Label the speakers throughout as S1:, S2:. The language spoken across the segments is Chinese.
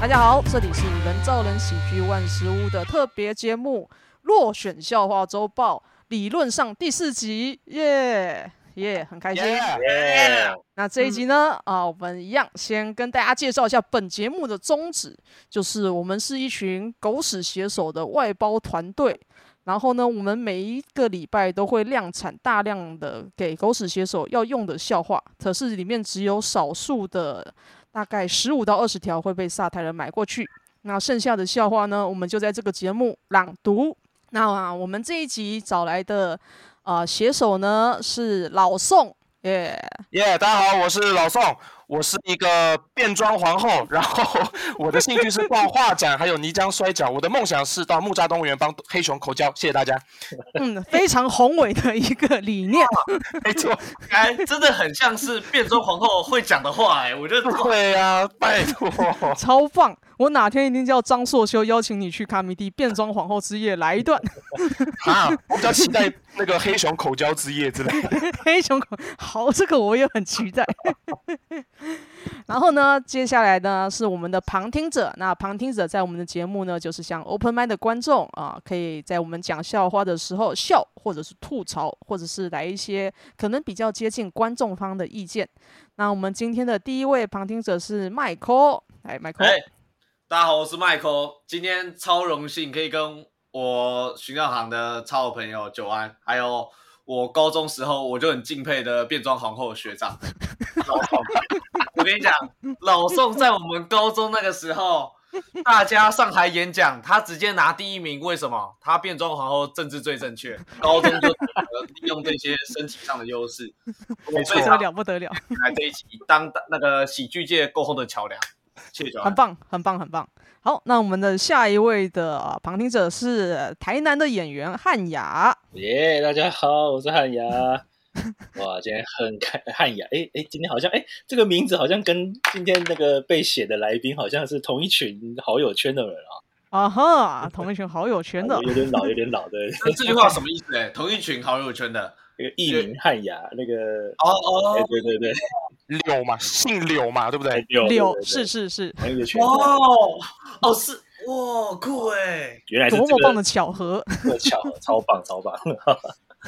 S1: 大家好，这里是人造人喜剧万事屋的特别节目《落选笑话周报》理论上第四集，耶耶，很开心。
S2: 耶！
S1: 那这一集呢，啊，我们一样先跟大家介绍一下本节目的宗旨，就是我们是一群狗屎写手的外包团队。然后呢，我们每一个礼拜都会量产大量的给狗屎写手要用的笑话，可是里面只有少数的大概十五到二十条会被萨台人买过去。那剩下的笑话呢，我们就在这个节目朗读。那、啊、我们这一集找来的啊写手呢是老宋，耶、
S2: 耶！大家好，我是老宋，我是一个变装皇后，然 后我的兴趣是逛画展，还有泥浆摔跤。我的梦想是到木栅动物园帮黑熊口交。谢谢 大家。
S1: 嗯，非常宏伟的一个理念。
S2: 没错，
S3: 哎，真的很像是变装皇后会讲的话哎、我觉得
S2: 对呀、啊拜 托。啊
S1: 超棒！我哪天一定叫张硕修邀请你去卡米蒂变装皇后之夜来一段
S2: 啊，我比较期待那个黑熊口交之夜之类的。
S1: 黑熊口。好，这个我也很期待。 然后呢，接下来呢是我们的旁听者。那旁听者在我们的节目呢，就是像 open mind 的观众啊，可以在我们讲笑话的时候笑，或者是吐槽，或者是来一些可能比较接近观众方的意见。那我们今天的第一位旁听者是麦克，哎，麦克
S3: 哎、，大家好，我是麦克，今天超荣幸可以跟我寻药行的超好朋友九安，还有我高中时候我就很敬佩的变装皇后学长老宋。我跟你讲，老宋在我们高中那个时候，大家上台演讲，他直接拿第一名，为什么？他变装皇后政治最正确，高中就懂得利用这些身体上的优势。我
S2: 没
S1: 这
S2: 错
S3: 非
S1: 个
S3: 常
S1: 了不得了。
S3: 来这一集当那个喜剧界沟通的桥梁。谢谢九安
S1: 很。棒，很棒，很棒。好，那我们的下一位的、呃旁听者是台南的演员汉雅。
S4: 耶大家好，我是 汉雅。哇，今天很开汉雅，哎哎，今天好像哎，这个名字好像跟今天那个被写的来宾好像是同一群好友圈的人啊，
S1: 啊哈，同一群好友圈的
S4: 有点老，有点老的
S3: 这这句话什么意思？哎，同一群好友圈的。
S4: 那个艺名汉雅，那个
S3: 哦
S4: 哎
S3: 哦
S4: 对对对，
S2: 柳嘛，姓柳嘛，对不对？
S4: 柳
S1: 柳，是是是，
S4: 那个圈，
S3: 哦哦，是哇，酷哎！
S4: 原来是
S1: 多
S4: 这
S1: 么棒的
S4: 个
S1: 巧合！
S4: 这么巧，超棒超棒。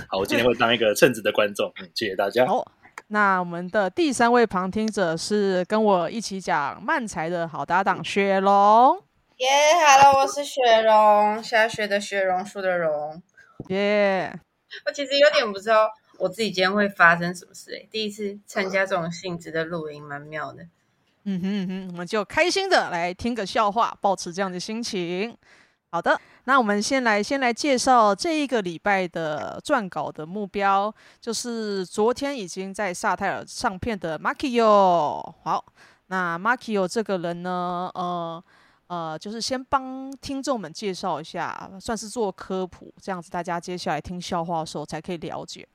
S4: 好，我今天会当一个称职的观众，嗯，谢谢大家。
S1: 好，那我们的第三位旁听者是跟我一起讲漫才的好搭档雪龙，
S5: 耶、h e l l o 我是雪蓉，下雪的雪榕树的榕。
S1: 耶、
S5: 我其实有点不知道我自己今天会发生什么事、欸，第一次参加这种性质的露营，蛮妙的。
S1: 嗯哼嗯哼，我们就开心的来听个笑话，保持这样的心情。好的，那我们先来先来介绍这一个礼拜的撰稿的目标，就是昨天已经在萨泰尔上片的 Makio。好，那 Makio 这个人呢，呃呃，就是先帮听众们介绍一下，算是做科普，这样子大家接下来听笑话的时候才可以了解。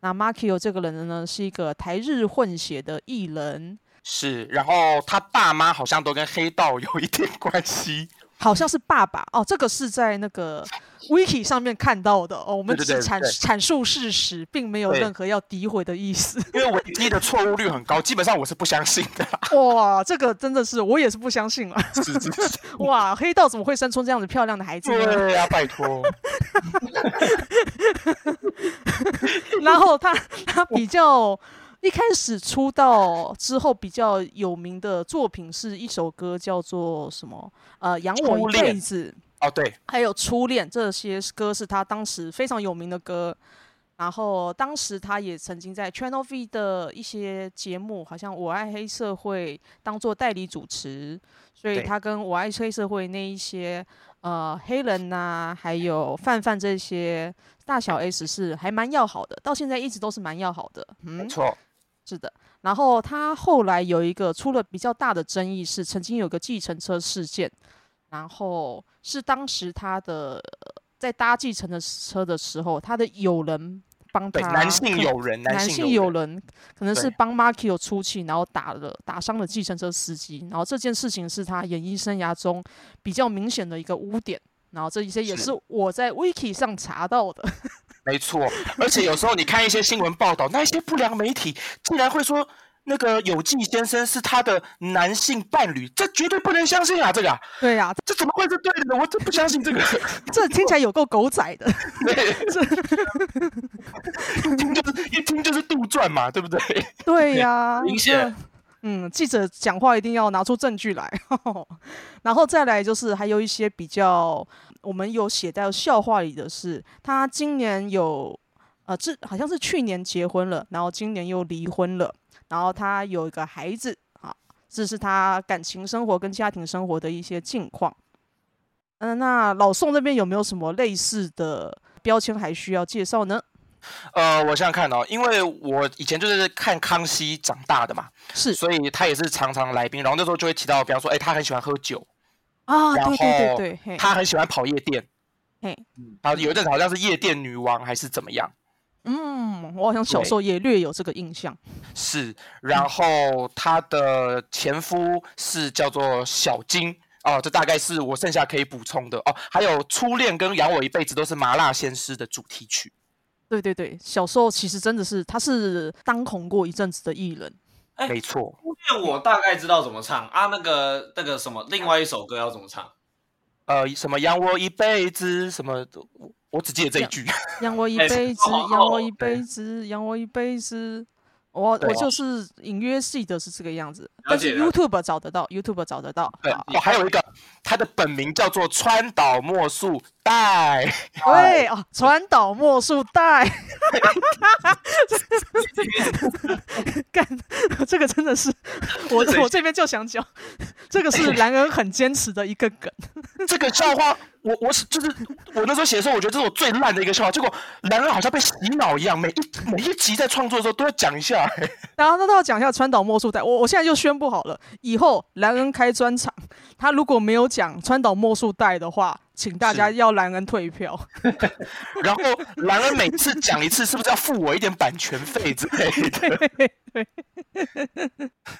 S1: 那 Makio 这个人呢，是一个台日混血的艺人，
S2: 是，然后他爸妈好像都跟黑道有一点关系。
S1: 好像是爸爸哦，这个是在那个 wiki 上面看到的哦。我们
S2: 对
S1: 只
S2: 对对
S1: 阐
S2: 对
S1: 阐述事实，并没有
S2: 对
S1: 任何要诋毁的意 思。
S2: 因为维基的错误率很高，基本上我是不相信的啦。
S1: 哇，这个真的是我也是不相信了。啊
S2: 是是是，
S1: 哇，黑道怎么会生出这样子漂亮的孩子呢？
S2: 对呀、啊拜托。
S1: 然后他他比较一开始出道之后比较有名的作品是一首歌叫做什么？呃，养我
S2: 初
S1: 一
S2: 恋
S1: 辈子。
S2: 哦，对，
S1: 还有《初恋》这些歌是他当时非常有名的歌。然后当时他也曾经在 Channel V 的一些节目，好像《我爱黑社会》当做代理主持，所以
S2: 对
S1: 他跟《我爱黑社会》那一些呃黑人呐、还有范范这些大小 S 是还蛮要好的，到现在一直都是蛮要好的。嗯
S2: 没，错。
S1: 是的，然后他后来有一个出了比较大的争议，是曾经有个计程车事件，然后是当时他的呃在搭计程的车的时候，他的友人帮
S2: 对，
S1: 他
S2: 男性
S1: 可
S2: 友人，
S1: 男
S2: 性
S1: 性友人可能是
S2: 对
S1: 帮 Markio 出气，然后打了打伤了计程车司机，然后这件事情是他演艺生涯中比较明显的一个污点，然后这一些也
S2: 是
S1: 是我在 Wiki 上查到的。
S2: 没错，而且有时候你看一些新闻报道，那一些不良媒体竟然会说那个有纪先生是他的男性伴侣，这绝对不能相信啊！这个啊
S1: 对呀、
S2: 这怎么会是对的呢？我真不相信这 个，
S1: 这听起来有够狗仔的。
S2: 对，一听就是一听就是杜撰嘛，对不 对？
S1: 对呀、
S3: 明
S1: 这
S3: 显
S1: 嗯，记者讲话一定要拿出证据来， 然后再来就是还有一些比较，我们有写到笑话里的是，他今年有呃，这好像是去年结婚了，然后今年又离婚了，然后他有一个孩子啊，这是他感情生活跟家庭生活的一些近况。嗯、那老宋这边有没有什么类似的标签还需要介绍呢？
S2: 呃，我想想看哦，因为我以前就是看康熙长大的嘛，
S1: 是
S2: 所以他也是常常来宾，然后那时候就会提到，比方说，哎，他很喜欢喝酒，
S1: 啊，
S2: 然
S1: 对对对
S2: 后
S1: 对，嘿，
S2: 他很喜欢跑夜店，
S1: 嘿，
S2: 然后有一阵子好像是夜店女王还是怎么样，
S1: 嗯，我好像小
S2: 对
S1: 时候也略有这个印象。
S2: 是，然后他的前夫是叫做小金。哦，这大概是我剩下可以补充的哦。还有初恋跟养我一辈子都是麻辣鲜师的主题曲。
S1: 对对对，小时候其实真的是他是当红过一阵子的艺人，
S3: 哎
S2: 没错，
S3: 因为我大概知道怎么唱啊，那个那个什么，另外一首歌要怎么唱？
S2: 呃，什么养我一辈子，什么，我我只记得这一句。
S1: 养我一
S3: 哎
S1: 辈子，
S3: 哦
S1: 养我一
S2: 对
S1: 辈子，养我一辈子。我我
S2: 对
S1: 就是隐约记得是这个样子，
S3: 了
S1: 但
S3: 解
S1: 是
S3: 了
S1: YouTube 找得到，YouTube 找得到。
S2: 对，
S1: 好
S2: 哦，还有一个，他的本名叫做川岛茉树代，
S1: 对哦，传导莫术带，干，这个真的是我
S3: 这
S1: 我这边就想讲，这个是兰恩很坚持的一个梗。
S2: 这个笑话，我我是就是我那时候写的时候，我觉得这是我最烂的一个笑话。结果然而好像被洗脑一样，每一每一集在创作的时候都要讲一下、哎
S1: 然后那都要讲一下川岛茉树带，我我现在就宣布好了，以后兰恩开专场，他如果没有讲川岛茉树带的话，请大家要兰恩退票。
S2: 然后然而每次讲一次，是不是要付我一点版权费之类的？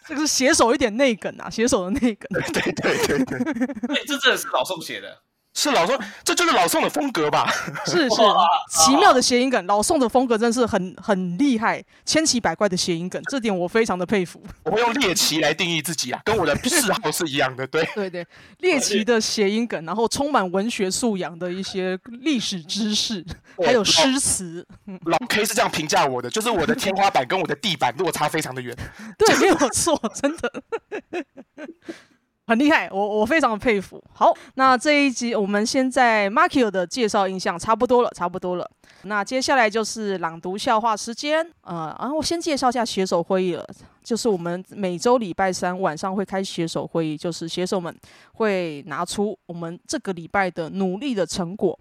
S1: 这个是写手一点内梗啊，写手的内梗。
S2: 对对对对，
S3: 哎、这真的是老宋写的，
S2: 是老宋，这就是老宋的风格吧？
S1: 是是，奇妙的谐音梗，老宋的风格真是很很厉害，千奇百怪的谐音梗，这点我非常的佩服。
S2: 我会用猎奇来定义自己啊，跟我的嗜好是一样 的。对，
S1: 对对，猎奇的谐音梗，然后充满文学素养的一些历史知识，还有诗词。
S2: 老 K 是这样评价我的，就是我的天花板跟我的地板落差非常的远。
S1: 对，没有错， 真的很厉害，我我非常佩服。好，那这一集我们先在 Markio 的介绍印象差不多了，差不多了。那接下来就是朗读笑话时间，呃，然后我先介绍一下写手会议了，就是我们每周礼拜三晚上会开写手会议，就是写手们会拿出我们这个礼拜的努力的成果，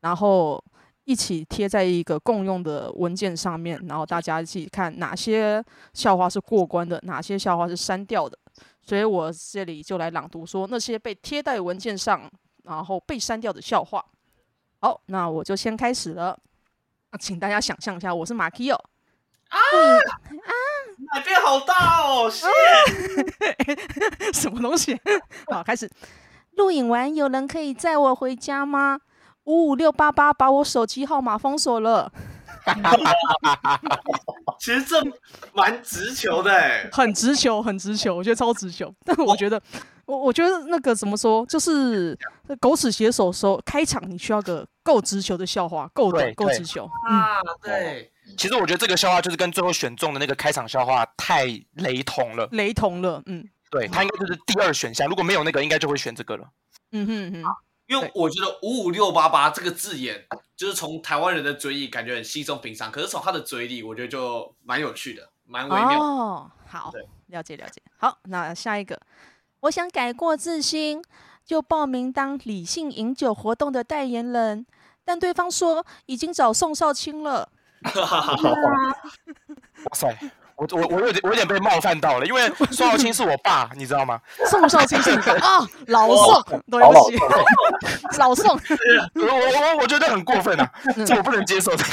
S1: 然后一起贴在一个共用的文件上面，然后大家一起看哪些笑话是过关的，哪些笑话是删掉的。所以我这里就来朗读说那些被贴在文件上，然后被删掉的笑话。好，那我就先开始了。那请大家想象一下，我是马 k 哦，
S3: 奶变好大哦，谢
S1: 什么东西？好，开始。录影完，有人可以载我回家吗？五五六八八把我手机号码封锁了，
S3: 其实这蛮直球的哎，
S1: 很直球，很直球，我觉得超直球。但我觉得，我我觉得那个怎么说，就是狗屎写手说开场你需要个够直球的笑话，够的
S2: 对
S1: 够
S2: 对
S1: 直球。嗯，
S3: 啊，对，
S2: 其实我觉得这个笑话就是跟最后选中的那个开场笑话太雷同了。
S1: 雷同了，嗯
S2: 对，它应该就是第二选项，如果没有那个，应该就会选 这个了。
S1: 嗯哼哼，
S3: 因为我觉得五五六八八这个字眼，就是从台湾人的嘴里感觉很稀松平常，可是从他的嘴里，我觉得就蛮有趣的，蛮微妙的。
S1: 哦，好
S3: 对，
S1: 了解了解。好，那下一个，我想改过自新，就报名当理性饮酒活动的代言人，但对方说已经找宋少卿了。
S2: 哇塞，我我我有点我有点被冒犯到了，因为宋少卿是我爸，你知道吗？
S1: 宋少卿是你爸啊？老
S4: 哇
S1: 宋，对不起， 老宋。
S2: 我我我我觉得很过分啊，
S1: 嗯
S2: 这我不能接受。这个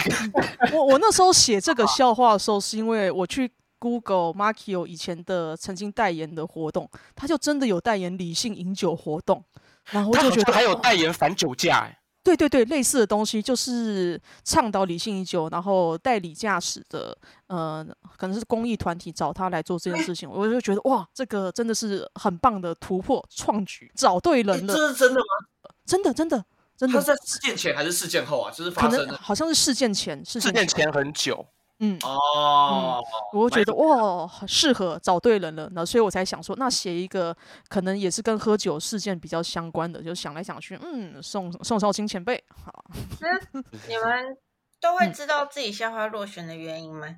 S1: 我我那时候写这个笑话的时候，是因为我去 Google Markio 以前的曾经代言的活动，他就真的有代言理性饮酒活动，然后我
S2: 他
S1: 就
S2: 好
S1: 觉
S2: 像
S1: 得
S2: 还有
S1: 哦
S2: 代言反酒驾、哎
S1: 对对对，类似的东西就是倡导理性已久，然后代理驾驶的，呃，可能是公益团体找他来做这件事情，我就觉得哇，这个真的是很棒的突破创举，找对
S3: 诶
S1: 人
S3: 这
S1: 了，
S3: 是真的吗？
S1: 真的真的真
S3: 他
S1: 的
S3: 是，在事件前还是事件后啊？就是
S1: 可
S3: 发生
S1: 能
S3: 的
S1: 好像是事件前，事
S2: 事
S1: 件
S2: 件前很久，
S1: 嗯，
S3: 哦。
S1: 我会觉得哇，很适合找对人了呢，所以我才想说，那写一个可能也是跟喝酒事件比较相关的，就想来想去，嗯，宋宋少卿前辈，好，
S5: 你们都会
S1: 嗯
S5: 知道自己校花落选的原因吗？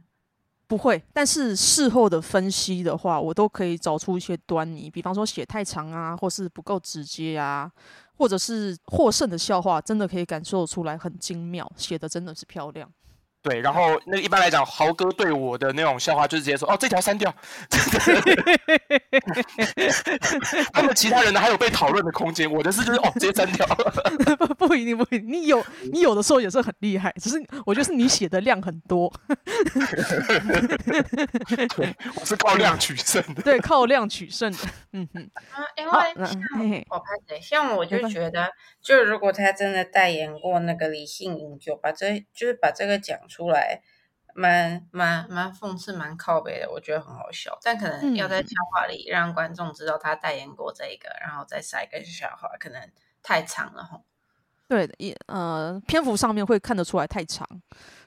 S1: 不会，但是事后的分析的话，我都可以找出一些端倪，比方说写太长啊，或是不够直接啊，或者是获胜的笑话，真的可以感受出来很精妙，写的真的是漂亮。
S2: 对，然后那个一般来讲，豪哥对我的那种笑话就是直接说：“哦，这条删掉。”他们其他人呢还有被讨论的空间，我的是就是哦，直接删掉。
S1: 不不一定，不一定。你有你有的时候也是很厉害，只是我觉得是你写的量很多，
S2: 对，我是靠量取胜的。
S1: 对，靠量取胜的。嗯哼，
S5: 啊，因
S1: 好
S5: 为，
S1: 那
S5: 像
S1: 嘿嘿
S5: 我拍谁，像我
S1: 没
S5: 就
S1: 关
S5: 觉得，就如果他真的代言过那个理性饮酒，把这就是把这个讲出来，蛮蛮蛮讽刺，蛮靠北的，我觉得很好笑。但可能要在
S1: 嗯
S5: 笑话里让观众知道他代言过这一个，然后再塞一个笑话，可能太长了吼。
S1: 对，也呃，篇幅上面会看得出来太长。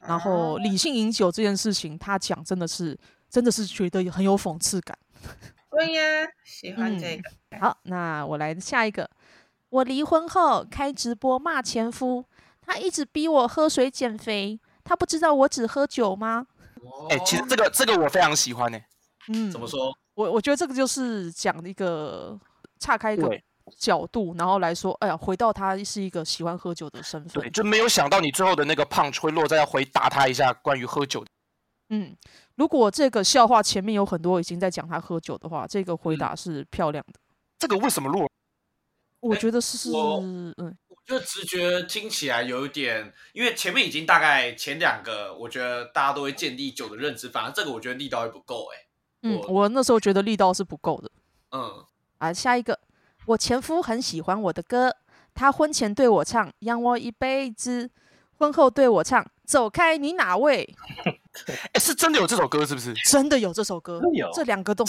S1: 然后
S5: 哦
S1: 理性饮酒这件事情，他讲真的是真的是觉得很有讽刺感。
S5: 对呀，喜欢这
S1: 嗯
S5: 个。
S1: 好，那我来下一个。我离婚后开直播骂前夫，他一直逼我喝水减肥，他不知道我只喝酒吗？哦
S2: 哎、其实这个这个我非常喜欢呢、欸
S1: 嗯，
S3: 哦怎么说？
S1: 我我觉得这个就是讲一个岔开一个
S2: 对
S1: 角度，然后来说，哎呀，回到他是一个喜欢喝酒的身
S2: 对，
S1: 份。
S2: 就没有想到你最后的那个 punch 会落在要回答他一下关于喝酒的。
S1: 嗯，如果这个笑话前面有很多已经在讲他喝酒的话，这个回答是漂亮的。
S2: 这个为什么落？
S1: 我
S3: 哎
S1: 觉得是，
S3: 我
S1: 嗯，
S3: 我就直觉听起来有一点，因为前面已经大概前两个，我觉得大家都会建立酒的认知，反而这个我觉得力道也不够哎、
S1: 嗯，
S3: 我
S1: 我那时候觉得力道是不够的
S3: 嗯，
S1: 啊。下一个，我前夫很喜欢我的歌，他婚前对我唱《养我一辈子》，婚后对我唱《走开你哪位》，
S2: 哎、是真的有这首歌是不是？
S1: 真的有这首歌
S4: 真的有，
S1: 这两个都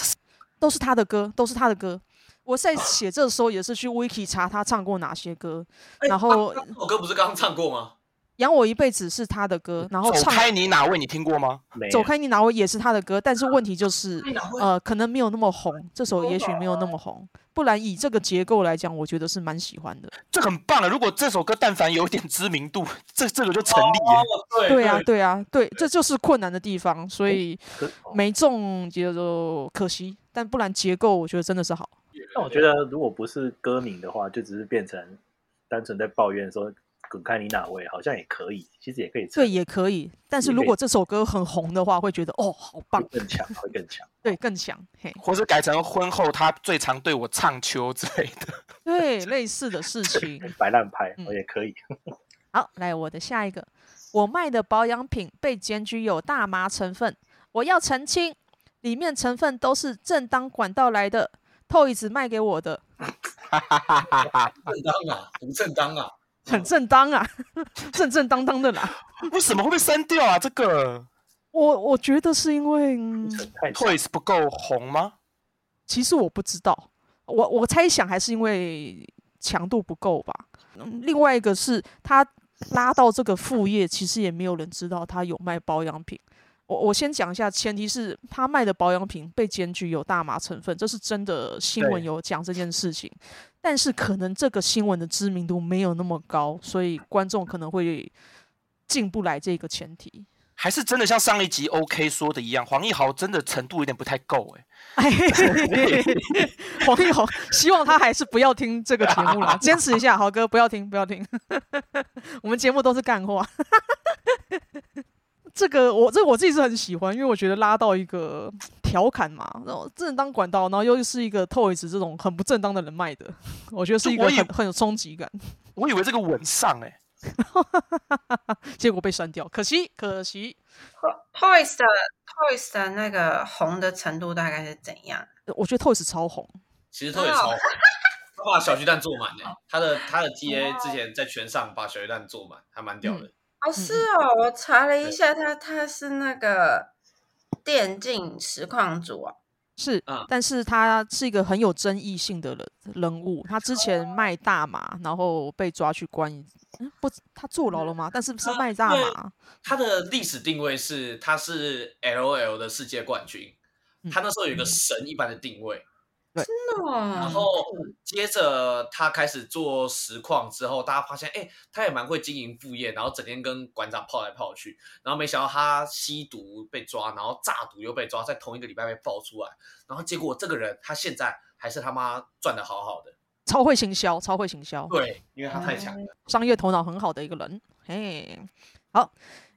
S1: 都是他的歌，都是他的歌。我在写这的时候也是去 wiki 查他唱过哪些歌，
S3: 哎
S1: 然后
S3: 啊那首歌不是刚刚唱过吗？
S1: 养我一辈子是他的歌，然后
S2: 走
S1: 唱
S2: 开你哪位？你听过吗？
S4: 没有
S1: 走开你拿我也是他的歌，但是问题就是
S3: 哎哪位
S1: 呃，可能没有那么红，这首也许没有那么红，啊不然以这个结构来讲，我觉得是蛮喜欢的。
S2: 这很棒啊！如果这首歌但凡有一点知名度，这这个就成立耶。
S3: 哦，对
S1: 对啊，，对啊，对，这就是困难的地方，所以
S4: 可哦
S1: 没中也就可惜，但不然结构我觉得真的是好。
S4: 但我觉得，如果不是歌名的话，就只是变成单纯在抱怨说“滚开你哪位”，好像也可以，其实也可以唱，
S1: 对，也可以。但是
S4: 也
S1: 如
S4: 可以
S1: 果这首歌很红的话，会觉得哦，好棒
S4: 会，更强，会更强。
S1: 对，更强，嘿，
S2: 或是改成婚后他最常对我唱秋之类的。
S1: 对，类似的事情。
S4: 白烂拍
S1: 嗯
S4: 我也可以，
S1: 好，来我的下一个，我卖的保养品被检举有大麻成分，我要澄清，里面成分都是正当管道来的，Toys 卖给我的，
S3: 不正当啊，不正当啊，
S1: 很正当啊， 正正当当的啦。
S2: 为什么会被删掉啊？这个
S1: 我我觉得是因为，嗯
S4: 太强
S2: Toys 不够红吗？
S1: 其实我不知道，我我猜想还是因为强度不够吧。嗯另外一个是他拉到这个副业，其实也没有人知道他有卖保养品。我我先讲一下，前提是他卖的保养品被检举有大麻成分，这是真的新闻
S2: 对
S1: 有讲这件事情。但是可能这个新闻的知名度没有那么高，所以观众可能会进不来这个前提。
S2: 还是真的像上一集 OK 说的一样，黄义豪真的程度有点不太够哎、
S1: 哎， 黄奕豪，希望他还是不要听这个节目啦，坚持一下，豪哥，不要听，不要听。 我们节目都是干话。 这个我这个我自己是很喜欢，因为我觉得拉到一个调侃嘛，然后正当管道，然后又是一个 Toys 这种很不正当的人卖的， 我觉得是一个
S2: 我以
S1: 很很有冲击感。
S2: 我以为这个稳上哎、
S1: 结果被删掉，可惜可惜。
S5: Toys 的 Toys 的那个红的程度大概是怎样？
S1: 我觉得 Toys 超红，
S3: 其实特别超，他把小巨蛋做满呢、欸他的他的 TA 之前在全上把小巨蛋做满，还蛮屌
S1: 嗯
S3: 的。
S2: 嗯
S5: 哦，是哦，我查了一下，他他是那个电竞实况组啊，
S1: 是
S3: 啊，
S1: 但是他是一个很有争议性的人人物。他之前卖大麻，然后被抓去关一，嗯不，他坐牢了吗？但是是
S3: 他
S1: 卖大
S3: 因为
S1: 麻，
S3: 他的历史定位是他是 LOL 的世界冠军
S1: 嗯，嗯
S3: 他那时候有一个神一般的定位，
S5: 然哦
S3: 然
S2: 哦
S3: 后接着他开始做实况之后，大家发现，哎、他也蛮会经营副业，然后整天跟馆长泡来泡去，然后没想到他吸毒被抓，然后诈赌又被抓，在同一个礼拜被爆出来，然后结果这个人他现在还是他妈赚的好好的，
S1: 超会行销，超会行销。
S3: 对，因为他太强了，
S1: 商业头脑很好的一个人。嘿，好，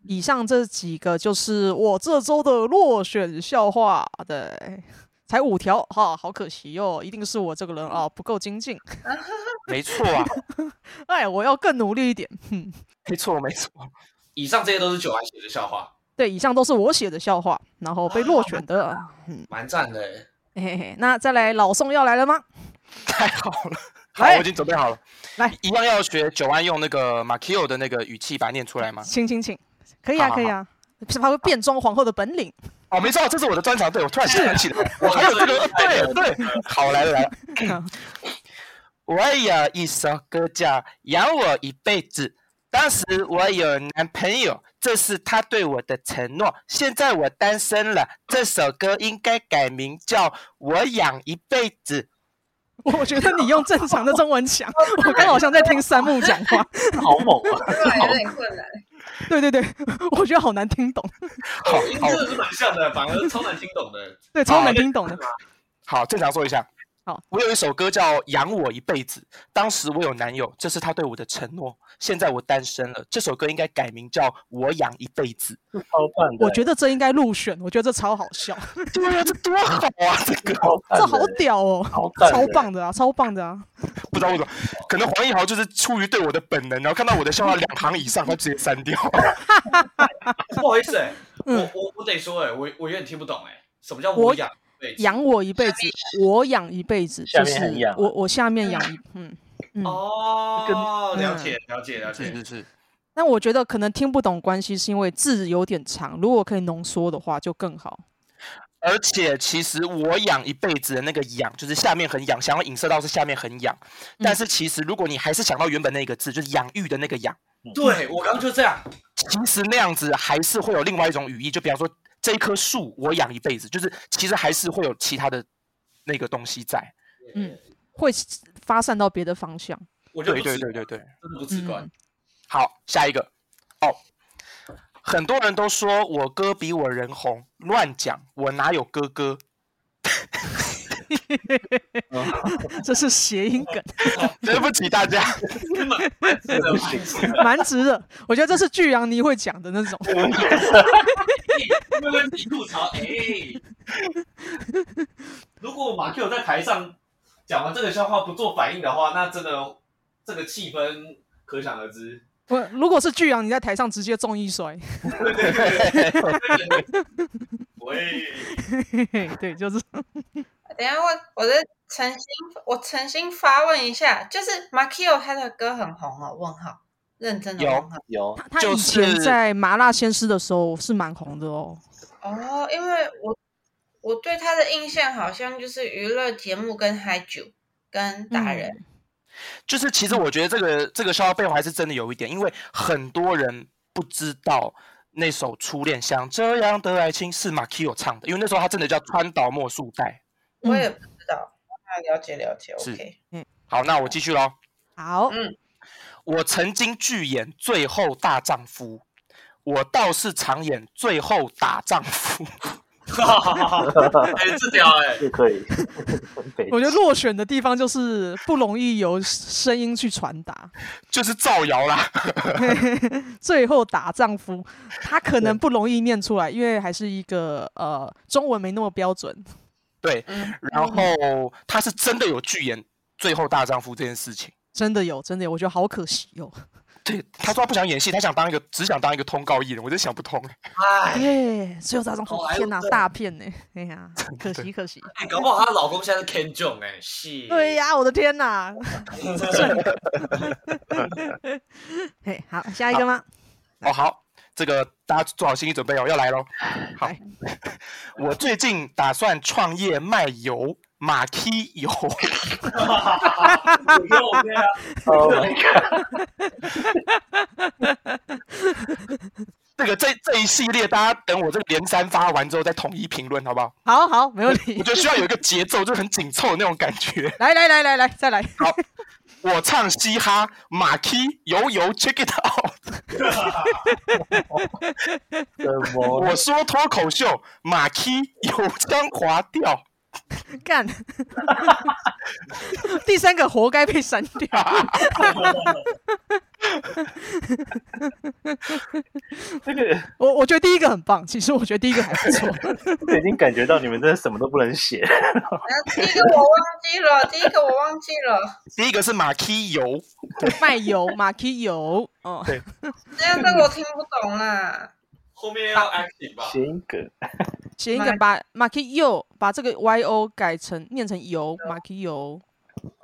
S1: 以上这几个就是我这周的落选笑话，对，才五条哈，好可惜哟、哦，一定是我这个人啊不够精进，
S2: 没错啊，
S1: 哎，我要更努力一点。
S2: 没错，没错。
S3: 以上这些都是九安写的笑话，
S1: 对，以上都是我写的笑话，然后被落选的。
S3: 蛮赞的。
S1: 嘿嘿嘿，那再来，老宋要来了吗？
S2: 太好了， 好，
S1: 来
S2: 我已经准备好了。
S1: 来
S2: 一样要学九安用那个马 Q 的那个语气把它念出来吗？
S1: 请请请，可以啊，
S2: 好好
S1: 可以啊，是他会变装皇后的本领。
S2: 哦，没错，这是我的专长。对，我突然想起来，我还有这个， 对对，好来了来了。我有一首歌叫《养我一辈子》，当时我有男朋友，这是他对我的承诺。现在我单身了，这首歌应该改名叫《我养一辈子》。
S1: 我觉得你用正常的中文讲，我刚好像在听三木讲话。
S4: 好猛啊！
S5: 有点困难。
S1: 对对 对，我觉得好难听懂，
S2: 好
S3: 音
S2: 好
S3: 真的是蛮像的，反而超难听懂的。
S1: 对，超难听懂的。
S2: 好，正常说一下。
S1: 好，
S2: 我有一首歌叫《养我一辈子》，当时我有男友，这是他对我的承诺。现在我单身了，这首歌应该改名叫《我养一辈子
S4: 超棒的，
S1: 我觉得这应该入选，我觉得这超好笑，》。
S2: 对啊，这多好啊！ 这个
S4: 超
S1: 这
S4: 赞的
S1: 好屌哦，
S4: 好赞的
S1: 超棒的啊，超棒的啊！
S2: 不知道为什么，可能黄义豪就是出于对我的本能，然后看到我的笑话两行以上，他直接删掉。
S3: 不好意思、欸，
S1: 嗯
S3: 我我我得说、欸，哎，我我有点听不懂、欸，哎，什么叫
S1: 我
S3: 我养对
S1: 养我一辈子，我养一辈子，
S4: 下
S1: 就
S4: 面
S1: 是
S4: 很痒啊
S1: 我我下面养一嗯嗯。
S3: 哦，
S1: 跟嗯
S3: 了解了解了解，
S2: 啊是是，
S1: 那我觉得可能听不懂关系，是因为字有点长，如果可以浓缩的话就更好。
S2: 而且其实我养一辈子的那个“养”，就是下面很痒，想要影射到是下面很痒。但是其实如果你还是想到原本那个字，就是养育的那个“养”。
S3: 对我刚刚就这样，
S2: 其实那样子还是会有另外一种语义，就比方说这一棵树我养一辈子，就是其实还是会有其他的那个东西在。
S1: 嗯，会发散到别的方向。
S3: 我就
S2: 对对对对对。
S3: 真的不直观
S1: 嗯，
S2: 好，下一个哦。很多人都说我哥比我人红，乱讲，我哪有哥哥？
S1: 嗯这是谐音梗，
S2: 对不起大家，
S3: 根本蛮直的蛮直的
S1: 蛮直的。我觉得这是巨阳尼会讲的那种。
S3: 因为你吐槽，哎、如果马 Q 在台上讲完这个笑话不做反应的话，那真的这个气氛可想而 知。
S1: 我如果是巨阳，你在台上直接中一摔。
S3: 喂，
S1: 嘿嘿，对，就是
S5: 等一下我我的诚心我诚心发问一下，就是 Makio 他的歌很红哦？问号，认真的
S2: 有
S5: 问号。
S4: 有
S1: 他他
S2: 就
S1: 以前
S2: 是
S1: 在麻辣鲜师的时候是蛮红的哦。
S5: 哦，因为我我对他的印象好像就是娱乐节目跟嗨酒跟打人，
S2: 就是其实我觉得这个这个笑话背后还是真的有一点，因为很多人不知道那首《初恋像这样的爱情》是马 k 有唱的，因为那时候他真的叫川岛茉树代。
S5: 我也不知道。啊，了解了解
S2: 嗯是
S5: ，OK。
S2: 好，那我继续喽。
S1: 好，
S5: 嗯
S2: 我曾经拒演《最后大丈夫》，我倒是常演《最后打丈夫》。
S3: 哈哈哈哈哎，这屌哎、
S4: 是 可以，很北
S1: 我觉得落选的地方就是不容易由声音去传达。
S2: 就是造谣啦，
S1: 最后打丈夫，他可能不容易念出来，因为还是一个呃中文没那么标准。
S2: 对，
S5: 嗯，
S2: 然后他是真的有拒演《最后大丈夫》这件事情，
S1: 真的有，真的有，我觉得好可惜哦。
S2: 对，他说他不想演戏，他想当一个只想当一个通告艺人，我真想不通。
S3: 哎，
S1: 对，只有这种
S3: 好莱坞
S1: 天哪，
S3: 的
S1: 大片呢、哎呀，可惜可惜。
S3: 哎搞不好她老公现在是 Ken Jeong 哎、是。
S1: 对呀、我的天 哪！嘿，好，下一个吗？
S5: 嗯
S2: 哦，好，这个大家做好心理准备哦，要来 喽。好
S1: 来，
S2: 我最近打算创业卖油，马蹄油。
S3: 我觉得我对啊，
S4: Oh my god！
S2: 这个这这一系列，大家等我这个连三发完之后再统一评论，好不好？
S1: 好好，没问
S2: 我
S1: 题。
S2: 觉得需要有一个节奏，就是很紧凑的那种感觉。
S1: 来来来来来，再来。
S2: 我唱嘻哈，马蹄油油，check it out。
S4: 什么？
S2: 我说脱口秀，马蹄油腔滑调。
S1: 干。 第三个活该被删掉。
S4: 这个
S1: 我我觉得第一个很棒，其实我觉得第一个还不 错。
S4: 我已经感觉到你们真的什么都不能写。
S5: 第一个我忘记了，第一个我忘记了。
S2: 第一个是马蹄油，
S1: 卖油，马蹄油，哦，
S5: 这样这个我听不懂啦。
S3: 后面要 acting 吧。
S4: 谐音梗，
S1: 谐音梗把马蹄油把这个 Y O 改成念成油，马蹄油，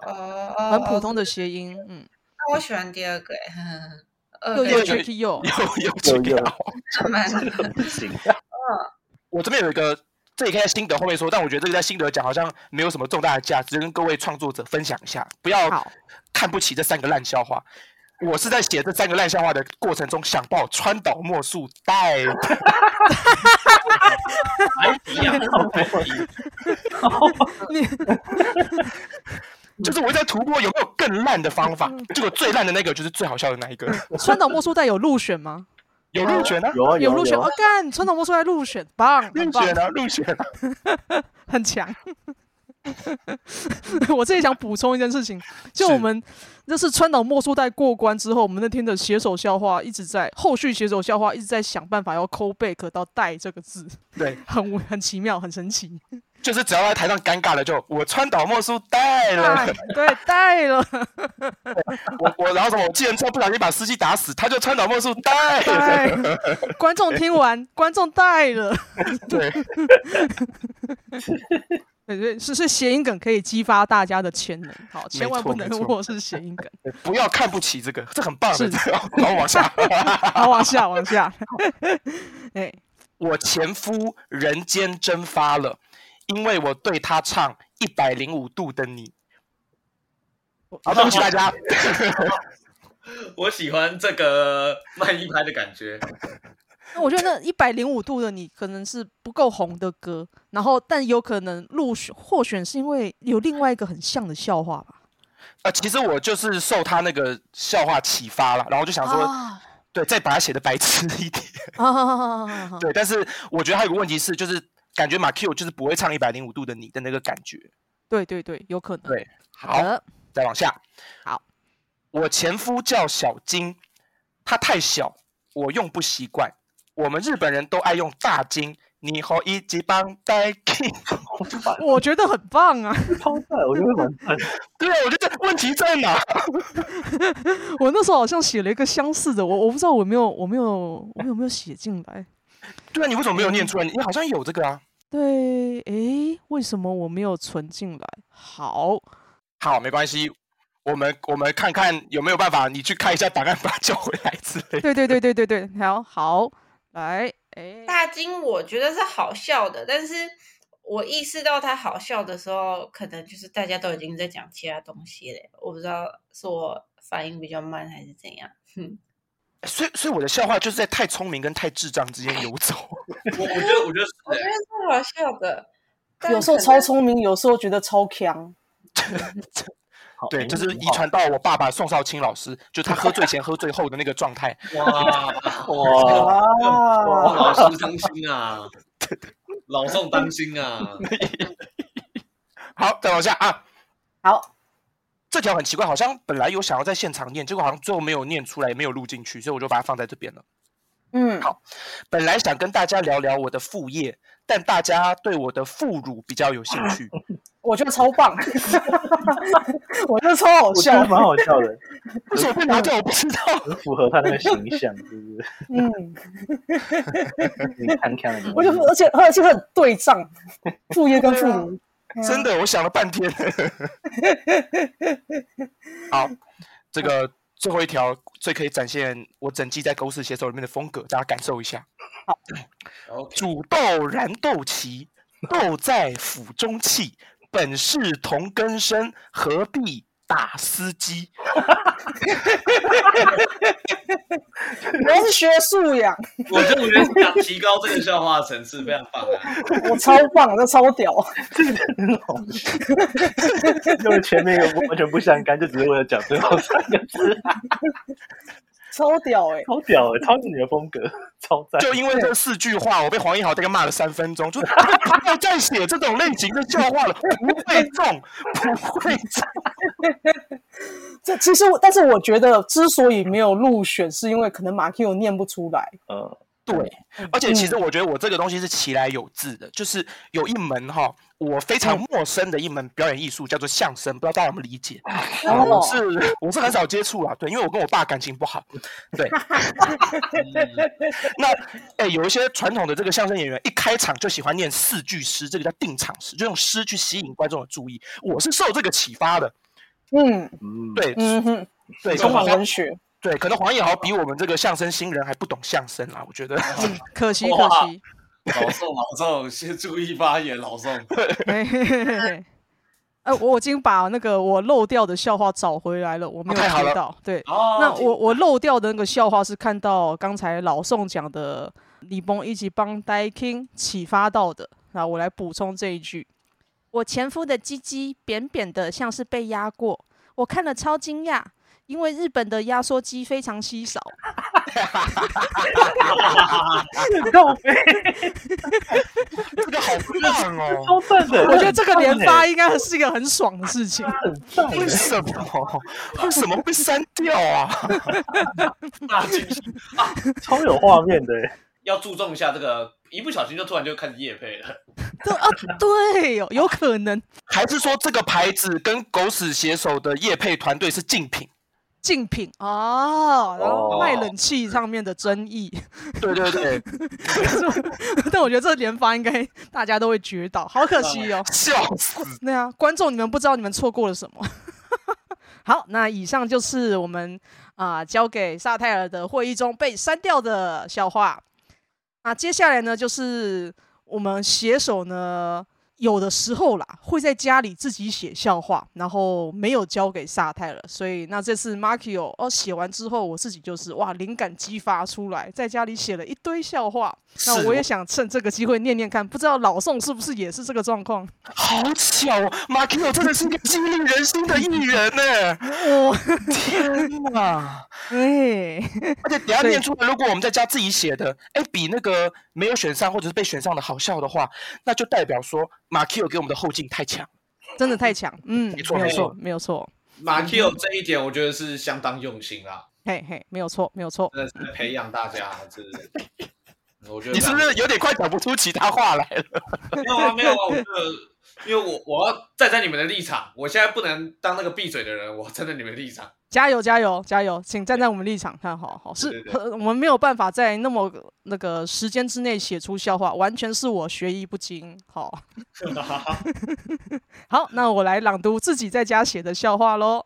S5: 哦哦，
S1: 很普
S5: 哦。
S1: 通的谐音，嗯，
S5: 那我喜欢第二个欸，呵呵呵二
S1: 又又
S2: 有
S5: 个
S2: 有
S5: 也
S1: 马蹄油，
S2: 油油
S4: 有
S2: check it
S4: 有
S2: out。
S5: 蛮
S4: 不行。
S2: 我这边有一个，这也可以在心得后面说，但我觉得这个在心得讲好像没有什么重大的价值，就跟各位创作者分享一下，不要
S1: 好，
S2: 看不起这三个烂笑话。我是在写这三个烂笑话的过程中想到川岛茉树带，
S3: 海底 啊，
S1: 你
S2: 就是我在突破有没有更烂的方
S1: 嗯
S2: 法，结果最烂的那个就是最好笑的那一个，
S1: 川岛莫树带有入选吗？
S2: 有入选啊，
S4: 有 啊
S1: 有
S4: 啊
S1: 入选，
S4: 有
S1: 嗯哦
S4: 啊，，
S1: 干，川岛莫树带入选，棒，很
S2: 入
S1: 棒
S2: 选，啊，入选啊，
S1: 很强。 我这里想补充一件事情，就是我们就是川岛莫树带过关之后，我们那天的写手笑话一直在后续写手笑话一直在想办法要 c back 到“带”这个字，
S2: 对，
S1: 很无很奇妙，很神奇。
S2: 就是只要在台上尴尬了就我川岛茉树带
S1: 带
S2: 了，
S1: 对带了
S2: 我我然后什么，我既然车不小心把司机打死，他就川岛茉树带了，
S1: 带，哎观众听完，观众带了。
S2: 对。
S1: 对对，是是谐音梗可以激发大家的潜能，好，千
S2: 没
S1: 万不
S2: 错没
S1: 能
S2: 错
S1: 我是谐音梗。
S2: 不要看不起这个，这很棒的。
S1: 是
S2: 这个然后往下，
S1: 好，往下，往下。哎，
S2: 我前夫人间蒸发了，因为我对他唱《一百零五度的你》。好，对不起大家，
S3: 我喜欢这个慢一拍的感觉。
S1: 那我觉得那一百零五度的你可能是不够红的歌，然后但有可能入选获选是因为有另外一个很像的笑话吧？
S2: 呃，其实我就是受他那个笑话启发了，然后就想说，
S1: 啊
S2: 对，再把它写的白痴一点。
S1: 啊，
S2: 对，但是我觉得还有个问题是，就是感觉马 Q 就是不会唱《一百零五度的你》的那个感觉。
S1: 对对对，有可能。呃
S2: 对，
S1: 好
S2: 好，
S1: 的，
S2: 再往下。
S1: 好，
S2: 我前夫叫小金，他太小，我用不习惯。我们日本人都爱用大金，你和一级帮代金。
S4: 好烦，
S1: 我觉得很棒啊！
S4: 超赞，我觉得蛮赞的。
S2: 对啊，我觉得问题在哪？
S1: 我那时候好像写了一个相似的，我我不知道我有没有我没有我有没有写进来。
S2: 对啊，你为什么没有念出来？你好像有这个啊。
S1: 对，诶，为什么我没有存进来？好，
S2: 好，没关系，我们我们看看有没有办法，你去看一下档案，把它叫回来之类的。
S1: 对对对对对对，好好，来，诶，
S5: 大金我觉得是好笑的，但是我意识到它好笑的时候，可能就是大家都已经在讲其他东西了。我不知道是我反应比较慢还是怎样。哼，
S2: 所以所以我的笑话就是在太聪明跟太智障之间游走。
S3: 我我觉得我觉得
S5: 我觉
S3: 是、
S5: 得是好笑的，但
S6: 有时候
S5: 可能
S6: 超聪明，有时候觉得超强。
S4: 好
S2: 对，
S4: 嗯
S2: 就是遗
S4: 好
S2: 传到我爸爸宋少卿老师，就他喝醉前喝醉后的那个状态。
S3: 欸、哇，
S4: 哇，
S3: 哇
S6: 哇，
S3: 老宋当心啊，老宋当心啊，
S2: 好，再往下啊，
S6: 好，
S2: 这条很奇怪，好像本来有想要在现场念，结果好像最后没有念出来，也没有录进去，所以我就把它放在这边了。
S6: 嗯，
S2: 好本来想跟大家聊聊我的副业，但大家对我的副乳比较有兴趣，
S6: 我觉得超棒， 我觉得超好
S4: 我觉得
S6: 笑，
S4: 蛮好笑的，
S2: 为什么被拿掉？我不知 道。
S4: 很符合他那个形象，是不是？
S6: 嗯，
S4: 你看看了，
S6: 我就
S7: 嗯
S6: 而且而且很对仗，副业跟副
S7: 啊
S6: 奴，
S2: 真的，我想了半 天。好，这个最后一条最可以展现我整季在狗屎写手里面的风格，大家感受一下。
S3: OK，
S2: 煮豆燃豆萁，豆在釜中泣。本是同根生，何必打司机？
S6: 我是学素养，
S3: 我觉得我觉得想提高这个笑话的层次非常棒啊！
S6: 我超棒，这超屌，
S4: 很好笑，用前面一个完全不相干，就只是为了讲最后三个字，
S6: 超屌哎、
S4: 超屌欸，超你的风格，超赞。
S2: 就因为这四句话，我被黄义豪大概骂了三分钟，就是不要再写这种类型的笑话了，不会中，不会中。
S6: 这其实我，但是我觉得之所以没有入选，是因为可能马 Q 念不出来，
S4: 嗯，
S2: 对，而且其实我觉得我这个东西是其来有自的，就是有一门哈我非常陌生的一门表演艺术叫做相声，不知道大家有没有理解？
S6: 然后
S7: 哦
S2: 我是我是很少接触啦，对，因为我跟我爸感情不好，对。 那哎、有一些传统的这个相声演员一开场就喜欢念四句诗，这个叫定场诗，就用诗去吸引观众的注意。我是受这个启发的，
S6: 嗯
S4: 嗯，
S2: 对、
S6: 嗯哼，
S2: 对，
S6: 充
S2: 跟
S6: 满
S2: 黄
S6: 文学，
S2: 对，可能黄义豪比我们这个相声新人还不懂相声啦，我觉得。
S1: 嗯可惜可
S3: 哇
S1: 惜，
S3: 老宋，老宋，先注意发言，老宋。
S1: 嘿嘿嘿嘿嘿呃，我已经把那个我漏掉的笑话找回来了，我没有
S2: 啊太好
S1: 接
S2: 了
S1: 到。对，
S3: 哦，
S1: 那我我漏掉的那个笑话是看到刚才老宋讲的李鹏一起帮 d King 启发到的，那我来补充这一句：我前夫的鸡鸡扁扁的，像是被压过，我看了超惊讶，因为日本的压缩机非常稀少。
S4: 够飞，
S2: 这个好棒哦！
S4: 超赞的。
S1: 我觉得这个连
S4: 很
S1: 发
S4: 赞欸
S1: 应该是一个很爽的事情。
S4: 很赞 欸，
S2: 为什么？为什么会被删掉啊？
S3: 大惊喜啊！
S4: 超有画面的欸。
S3: 要注重一下这个，一不小心就突然就开始夜配了。
S1: 对啊，对哦，有可能
S2: 还是说这个牌子跟狗屎写手的业配团队是竞品？
S1: 竞品哦，然后卖
S4: 哦
S1: 冷气上面的争议。
S2: 对对对，
S1: 但我觉得这连发应该大家都会觉到，好可惜哦。
S2: 笑死！
S1: 对啊，观众你们不知道你们错过了什么。 好，那以上就是我们啊、交给萨泰尔的会议中被删掉的笑话。那接下来呢，就是我们写手呢，有的时候啦会在家里自己写笑话，然后没有交给萨泰尔，所以那这次 Markio 哦写完之后，我自己就是哇灵感激发出来，在家里写了一堆笑话。那
S2: 是
S1: 我也
S2: 我
S1: 想趁这个机会念念看，不知道老宋是不是也是这个状况？
S2: 好巧哦，马 Q 真的是一个激励人心的艺人呢！
S1: 我
S2: 天哪！
S1: 哎，
S2: 而且等一下
S1: 对
S2: 念出来，如果我们在家自己写的，哎，比那个没有选上或者是被选上的好笑的话，那就代表说马 Q 给我们的后劲太强。
S1: 真的太强，嗯，
S2: 没错
S1: 没有
S2: 没
S1: 错，没有错，
S3: 马 Q 这一点，我觉得是相当用心啦，
S1: 嘿嘿，没有错，没有错，
S3: 真的是培养大家，这嗯我觉得
S2: 你是不是有点快讲不出其他话来了？
S3: 没有啊？没有啊？我觉得，因为我我要站在你们的立场，我现在不能当那个闭嘴的人，我站在你们的立场。
S1: 加油加油加油，请站在我们立场看，好好
S3: 对
S1: 是
S3: 对，对
S1: 呃我们没有办法在那么呃那个时间之内写出笑话，完全是我学艺不精，好好，那我来朗读自己在家写的笑话喽。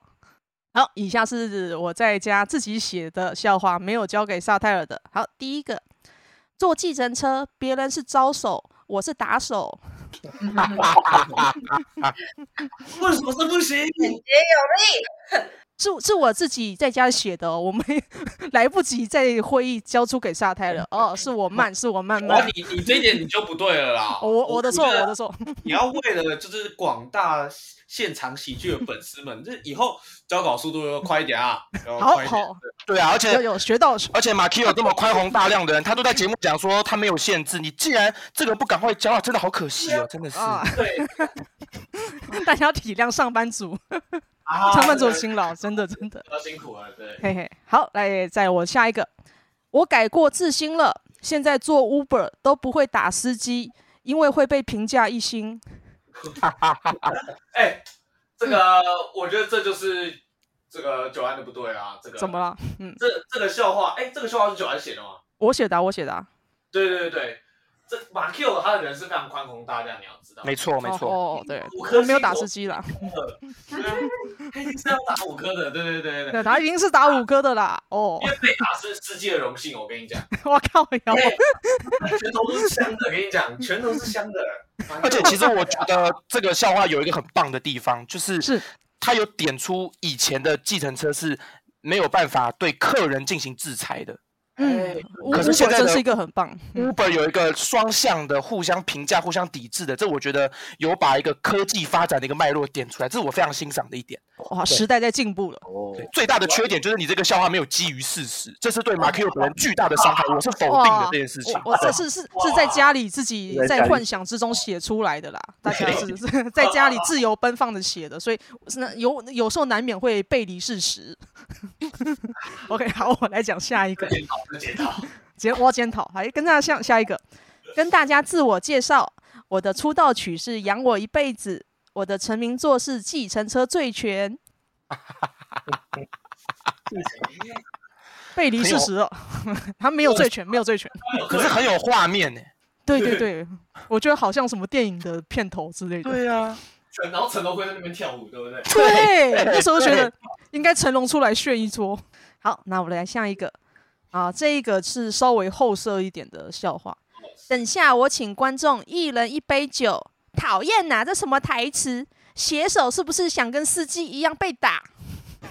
S1: 好，以下是我在家自己写的笑话，没有交给萨泰尔的。好，第一个，坐计程车，别人是招手，我是打手。
S5: 嗯
S3: 为什么是不行？
S1: 是是我自己在家写的哦、我没 来不及在会议交出给沙泰了。哦，是我慢，是我慢
S3: 哇，
S1: 慢。
S3: 你你这一点你就不对了啦！
S1: 哦 我我的错，
S3: 觉得
S1: 我的错。
S3: 你要为了就是广大现场喜剧的粉丝们，这以后交稿速度要快一点啊！要
S1: 好
S3: 快一点
S1: 好，
S2: 对啊，而且
S1: 有有学到
S2: 而且马 Q 有这么宽宏大量的人，他都在节目讲说他没有限制。你既然这个不赶快交，啊真的好可惜哦，真的是。
S1: 啊！
S3: 对
S1: 大家要体谅 上班族，
S3: 啊，
S1: 上班族的辛劳，真的真的。
S3: 要辛苦了，对。
S1: 嘿嘿，好，来，在我下一个，我改过自新了，现在做 Uber 都不会打司机，因为会被评价一星。
S3: 哎、这
S2: 嗯
S3: 个我觉得这就是这个九安的不对啦。这个
S1: 怎么？了？嗯，
S3: 这这个笑话，哎、这个笑话是九安写的吗？
S1: 我写答，啊我写答。
S3: 对对对对，这马 Q 他的人是非常宽宏大量，你要知道。
S2: 没错，没错。
S1: 哦，哦对，
S3: 五
S1: 我
S3: 颗
S1: 没有
S3: 星
S1: 打
S3: 我
S1: 吃鸡啦，
S3: 他一定是要打五颗的，对对对对 对，
S1: 对，他已经是打五颗的啦。 哦
S3: 因，为被打是世界的荣幸，我跟你讲，
S1: 我靠，哎然后
S3: 全头都是香的，跟你讲，全头是香的。
S2: 而且其实我觉得这个笑话有一个很棒的地方，就是
S1: 是
S2: 他有点出以前的计程车是没有办法对客人进行制裁的。
S1: 嗯
S3: 哎，
S1: 乌
S2: 可是
S1: 乌
S2: 现
S1: 本
S2: 在
S1: 真
S2: 的
S1: 是一个很棒，嗯
S2: Uber 有一个双向的互相评价、互相抵制的，这我觉得有把一个科技发展的一个脉络点出来，这是我非常欣赏的一点。
S1: 哇，时代在进步了。
S4: 哦
S2: 对，最大的缺点就是你这个笑话没有基于事实，这是对马 Q 本人巨大的伤害，我是否定的这件事情。
S1: 我这是是是在家里自己
S4: 在家
S1: 在
S4: 里
S1: 幻想之中写出来的啦，大家是是在家里自由奔放的写的，所以是那有有时候难免会背离事实。OK，好，我来讲下一个。
S3: 检讨，检讨。
S1: 检我要检讨，还跟大家下下一个，跟大家自我介绍，我的出道曲是《养我一辈子》，我的成名作是《计程车醉拳》。背离事实了，哦 他没有醉拳，没有醉拳。
S3: 哦
S2: 可是很有画面呢、欸
S1: 对对对，我觉得好像什么电影的片头之类的。
S2: 啊，
S3: 然后陈龙会在那边跳舞，对不对？
S1: 对，那时候觉得应该成龙出来炫一桌。好，那我们来下一个啊，这一个是稍微后设一点的笑话。等下我请观众一人一杯酒。讨厌呐，这什么台词？写手是不是想跟司机一样被打？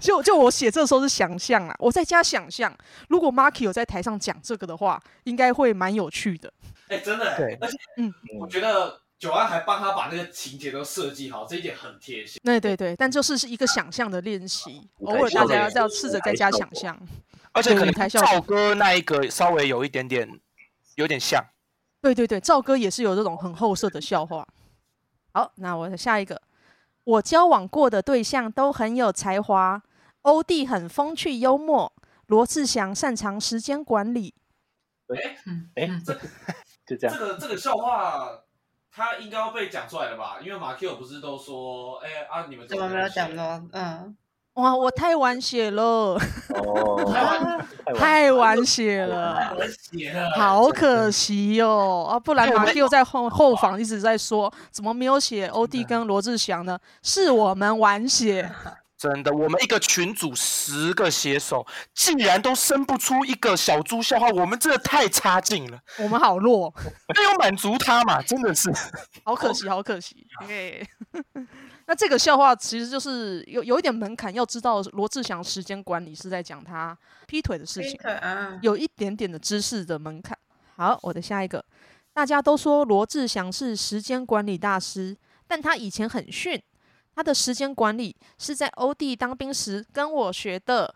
S1: 就就我写这时候是想象啊，我在家想象，如果 Marky 有在台上讲这个的话，应该会蛮有趣的。
S3: 哎，真的，
S2: 对
S3: 而且，
S1: 嗯
S3: 我觉得九安还帮他把那个情节都设计好，这一点很贴心。
S1: 对对对，但就是是一个想象的练习，
S4: 舞
S1: 偶
S4: 台
S1: 尔大
S4: 效
S1: 家
S4: 果
S1: 要试着
S4: 舞
S1: 在
S4: 台
S1: 家
S4: 效
S1: 想
S4: 果
S1: 象。
S2: 而且可
S1: 对舞
S2: 能
S1: 台效果
S2: 赵哥那一个稍微有一点点，有点像。
S1: 对对对，赵哥也是有这种很后设的笑话。好，那我的下一个，我交往过的对象都很有才华，欧弟很风趣幽默，罗志祥擅长时间管理。
S5: 嗯，
S4: 哎
S5: 嗯
S4: 就这
S3: 这
S4: 样。
S3: 个这个笑话，他应该要被讲出来了吧？因为马 Q 不是都说，哎啊，你们
S5: 怎么没有讲
S3: 到？
S5: 到？嗯，
S1: 哇，我太晚写了，
S4: 哦，
S3: 台湾
S4: 太晚
S1: 太晚写
S3: 太
S1: 了。
S3: 恶心了。
S1: 好可惜哦，啊，不然马 Q 在后后访一直在说，怎么没有写欧弟跟罗志祥呢？是我们晚写，
S2: 真的，我们一个群组十个写手，竟然都生不出一个小猪笑话，我们真的太差劲了。
S1: 我们好弱。
S2: 没有满足他嘛，真的是。
S1: 好可惜，好可 惜。对，那这个笑话其实就是有有一点门槛，要知道罗志祥时间管理是在讲他劈腿的事情，
S5: Peter 啊，
S1: 有一点点的知识的门槛。好，我的下一个，大家都说罗志祥是时间管理大师，但他以前很逊。他的时间管理是在欧弟当兵时跟我学 的。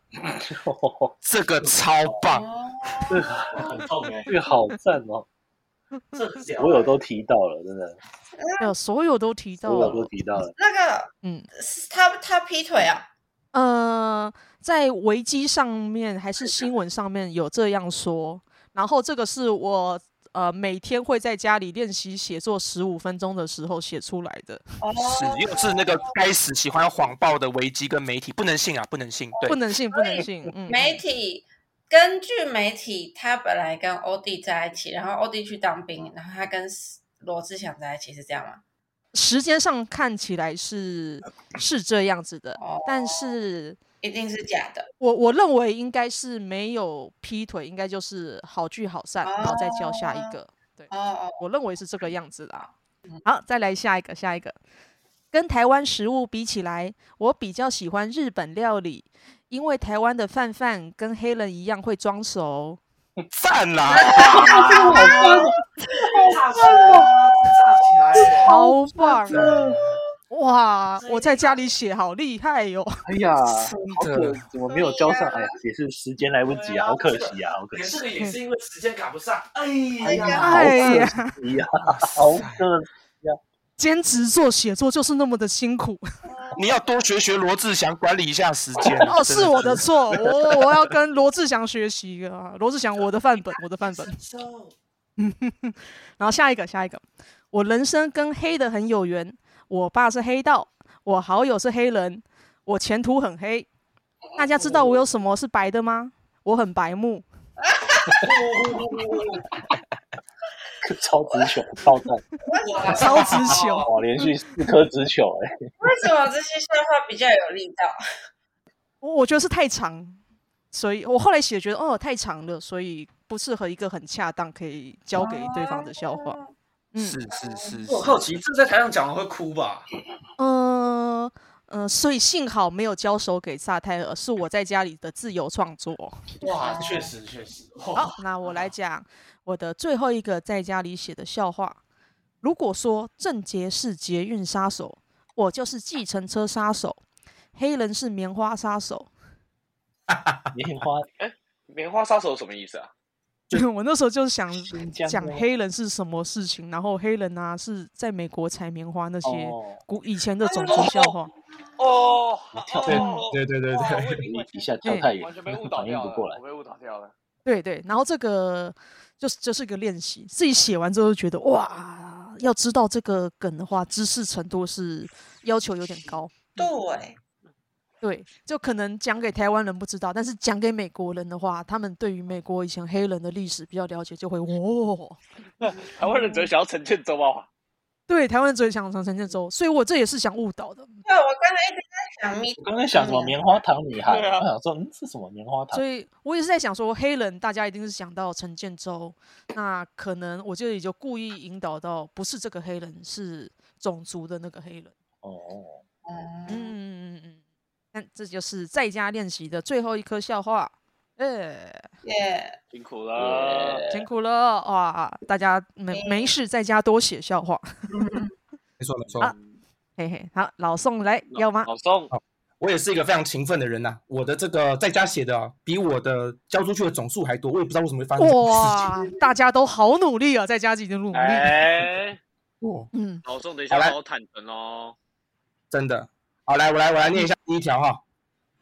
S2: 这个超棒，
S5: 哦
S3: 很痛哎，
S4: 这个好赞哦，
S3: 这很屌
S4: 所有都提到了，真的，
S1: 还有所有都提到
S4: 所有
S1: 了，
S4: 都提到了。
S5: 那个，
S1: 嗯，
S5: 是他他劈腿啊，
S1: 呃，在维基上面还是新闻上面有这样说，然后这个是我呃每天会在家里练习写作十五分钟的时候写出来的，
S5: 哦，
S2: 是又是那个该死喜欢谎报的危机跟媒体，不能信啊，不能信。
S1: 不
S2: 对，
S1: 能信，不能信，嗯，
S5: 媒体根据媒体，他本来跟欧弟在一起，然后欧弟去当兵，然后他跟罗志祥在一起，是这样吗？
S1: 时间上看起来是是这样子的，
S5: 哦，
S1: 但是
S5: 一定是假的。
S1: 我我认为应该是没有劈腿，应该就是好聚好散，然后再交下一个。
S5: 哦哦，
S1: 我认为是这个样子啦。好，再来下一个，下一个。跟台湾食物比起来，我比较喜欢日本料理，因为台湾的饭饭跟黑人一样会装熟。
S2: 赞啦！
S6: 啊
S3: 炸起来了，炸起来了。
S1: 好棒！啊哇，我在家里写好厉害哦哟、
S4: 哎呀，好
S2: 真
S4: 可
S2: 的，
S4: 怎么没有交上？哎呀，也是时间来不及啊，好可惜啊，好可
S3: 连
S4: 惜
S3: 哎这。个也是因为时间赶不上，哎
S4: 哎呀，
S3: 呀，
S4: 好
S1: 哎呀
S4: 可惜呀，好可惜。
S1: 兼职做写作就是那么的辛苦。
S2: 你要多学学罗志祥，管理一下时间啊。
S1: 哦，
S2: 真
S1: 是我的错，我我要跟罗志祥学习啊！罗志祥，我的范本，我的范本。 然后下一个，下一个，我人生跟黑的很有缘，我爸是黑道，我好友是黑人，我前途很黑。大家知道我有什么是白的吗？我很白目。
S4: 超直球爆 弹，
S3: 哇
S1: 超直球
S4: 哇，连续四颗直球、哎，
S5: 为什么这些笑话比较有力道？
S1: 我我觉得是太长，所以我后来写觉得哦太长了，所以不适合一个很恰当可以交给对方的笑话。嗯
S2: 是是是是
S3: 我，好奇，这在台上讲了会哭吧？
S1: 呃呃，所以幸好没有交手给萨泰尔，是我在家里的自由创作。
S4: 哦
S3: 哇，确实确实，
S1: 好
S3: 哇，，
S1: 那我来讲我的最后一个在家里写的笑话。如果说郑杰是捷运杀手，我就是计程车杀手；黑人是棉花杀手。
S4: 棉
S7: 哦
S4: 花
S7: 棉花杀手什么意思啊？
S1: 我那时候就想
S4: 新疆
S1: 讲
S4: 的
S1: 黑人是什么事情，然后黑人啊是在美国采棉花那些
S4: 哦，
S1: 古以前的种族笑话。
S7: 哦，
S4: 跳
S7: 对哦
S2: 对对对
S7: 哇
S2: 对
S7: 我已经完
S4: 一
S7: 全
S4: 下跳太远，
S7: 完全被误导
S4: 反应
S7: 掉
S4: 不
S7: 了，
S4: 过来
S7: 我。被误导掉了。
S1: 对对，然后这个就是就是一个练习，自己写完之后就觉得哇，要知道这个梗的话，知识程度是要求有点高。
S5: 对，
S1: 对，就可能讲给台湾人不知道，但是讲给美国人的话，他们对于美国以前黑人的历史比较了解，就会哦，
S7: 台湾人只想要陈建州啊，
S1: 对，台湾人只会想成陈建州，所以我这也是想误导的，
S5: 对我刚才一直在想咪
S4: 我刚才想什么棉花糖女孩，
S7: 对啊
S4: 我想说，嗯，是什么棉花糖
S1: 所？以我也是在想说，黑人大家一定是想到陈建州，那可能我这里就故意引导到不是这个黑人，是种族的那个黑人。
S4: 哦，
S1: 嗯嗯
S5: 嗯，
S1: 嗯嗯嗯，但这就是在家练习的最后一颗笑话。呃，
S5: 耶，
S7: 辛苦了。
S1: 辛苦了哇！大家没没事在家多写笑话，
S2: 没错没错。
S1: 啊嘿嘿。好，老宋来要吗？
S7: 老宋，
S2: 我也是一个非常勤奋的人呐、我的这个在家写的啊、比我的交出去的总数还多，我也不知道为什么会发生这种事情。
S1: 哇，大家都好努力啊，在家已经努力。
S7: 哎，
S2: 哇，
S1: 嗯，
S7: 老宋，等一下
S2: 哦好来
S7: 好好坦诚哦。
S2: 真的。好，来我来我来念一下第一条哈、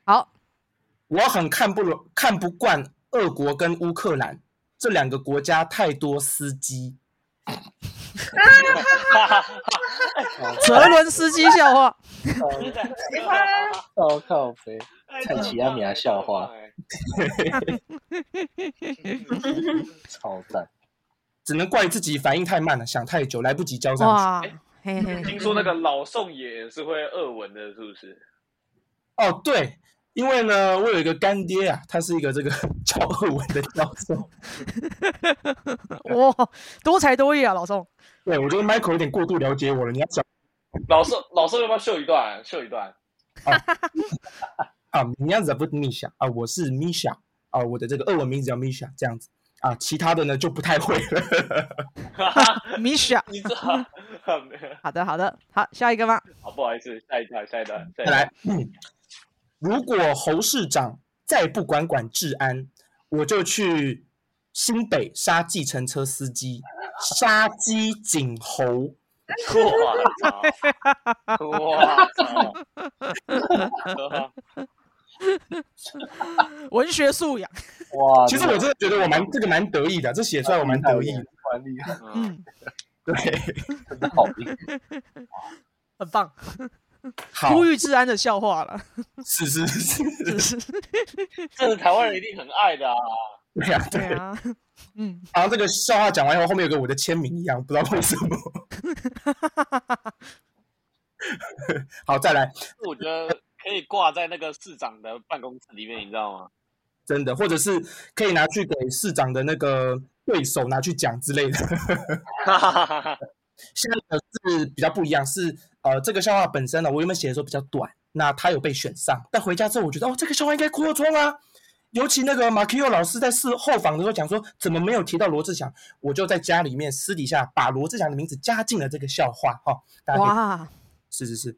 S1: 好，
S2: 我很看不拢看不惯俄国跟乌克兰这两个国家太多司机。
S7: 哈哈哈
S1: 泽伦斯基笑 话。
S4: 靠
S5: 哦
S4: 靠呗，
S7: 哎
S4: 蔡奇亚米亚笑话， 超赞！
S2: 只能怪自己反应太慢了，想太久，来不及交上去。
S1: 哇，嘿嘿
S7: 听
S1: 嘿。
S7: 说那个老宋也是会俄文的，是不是？
S2: 哦，对，因为呢，我有一个干爹啊，他是一个这个 教俄文的教授。
S1: 哇，多才多艺啊，老宋。
S2: 对，我觉得 Michael 有点过度了解我了，你要讲
S7: 老宋， 老宋要不要秀一段？秀一段。
S2: 啊，你要 Zabut Misha 啊，我是 Misha 啊，我的这个俄文名字叫 Misha 这样子啊，其他的呢就不太会了。
S7: 哈哈，
S1: 米雪，
S7: 你这，哈
S1: 好的好的，好，下一个吗？
S7: 好，不好意思，下一段，下一段，再
S2: 再 来，嗯如果侯市长再不管管治安，我就去新北杀计程车司机，杀鸡儆猴。
S7: 啊 哇操！哇啊操！
S1: 文学素养。
S4: 哇，
S2: 其实我真的觉得我蛮这个蛮得意的，这写出来我蛮得意的。，
S4: 蛮厉害，
S7: 嗯
S1: 嗯，
S2: 对，
S4: 真的好厉害。
S1: 很棒，
S2: 好，
S1: 呼吁治安的笑话 了，
S2: 是是是，
S1: 是是，
S7: 这是台湾人一定很爱的啊！
S2: 对啊对
S1: 对。啊，嗯。
S2: 然后这个笑话讲完以后，后面有个我的签名一样，不知道为什么。好，再来，
S7: 我觉得可以挂在那个市长的办公室里面，你知道吗？
S2: 真的，或者是可以拿去给市长的那个对手拿去讲之 类的。
S7: 哈哈哈哈！
S2: 下一个是比较不一样，是呃，这个笑话本身呢，我原本写的时候比较短，那他有被选上，但回家之后我觉得哦，这个笑话应该扩充啊。尤其那个马奎奥老师在事后访的时候讲说，怎么没有提到罗志祥？我就在家里面私底下把罗志祥的名字加进了这个笑话哈、哦。大家可以
S1: 哇，
S2: 是是是，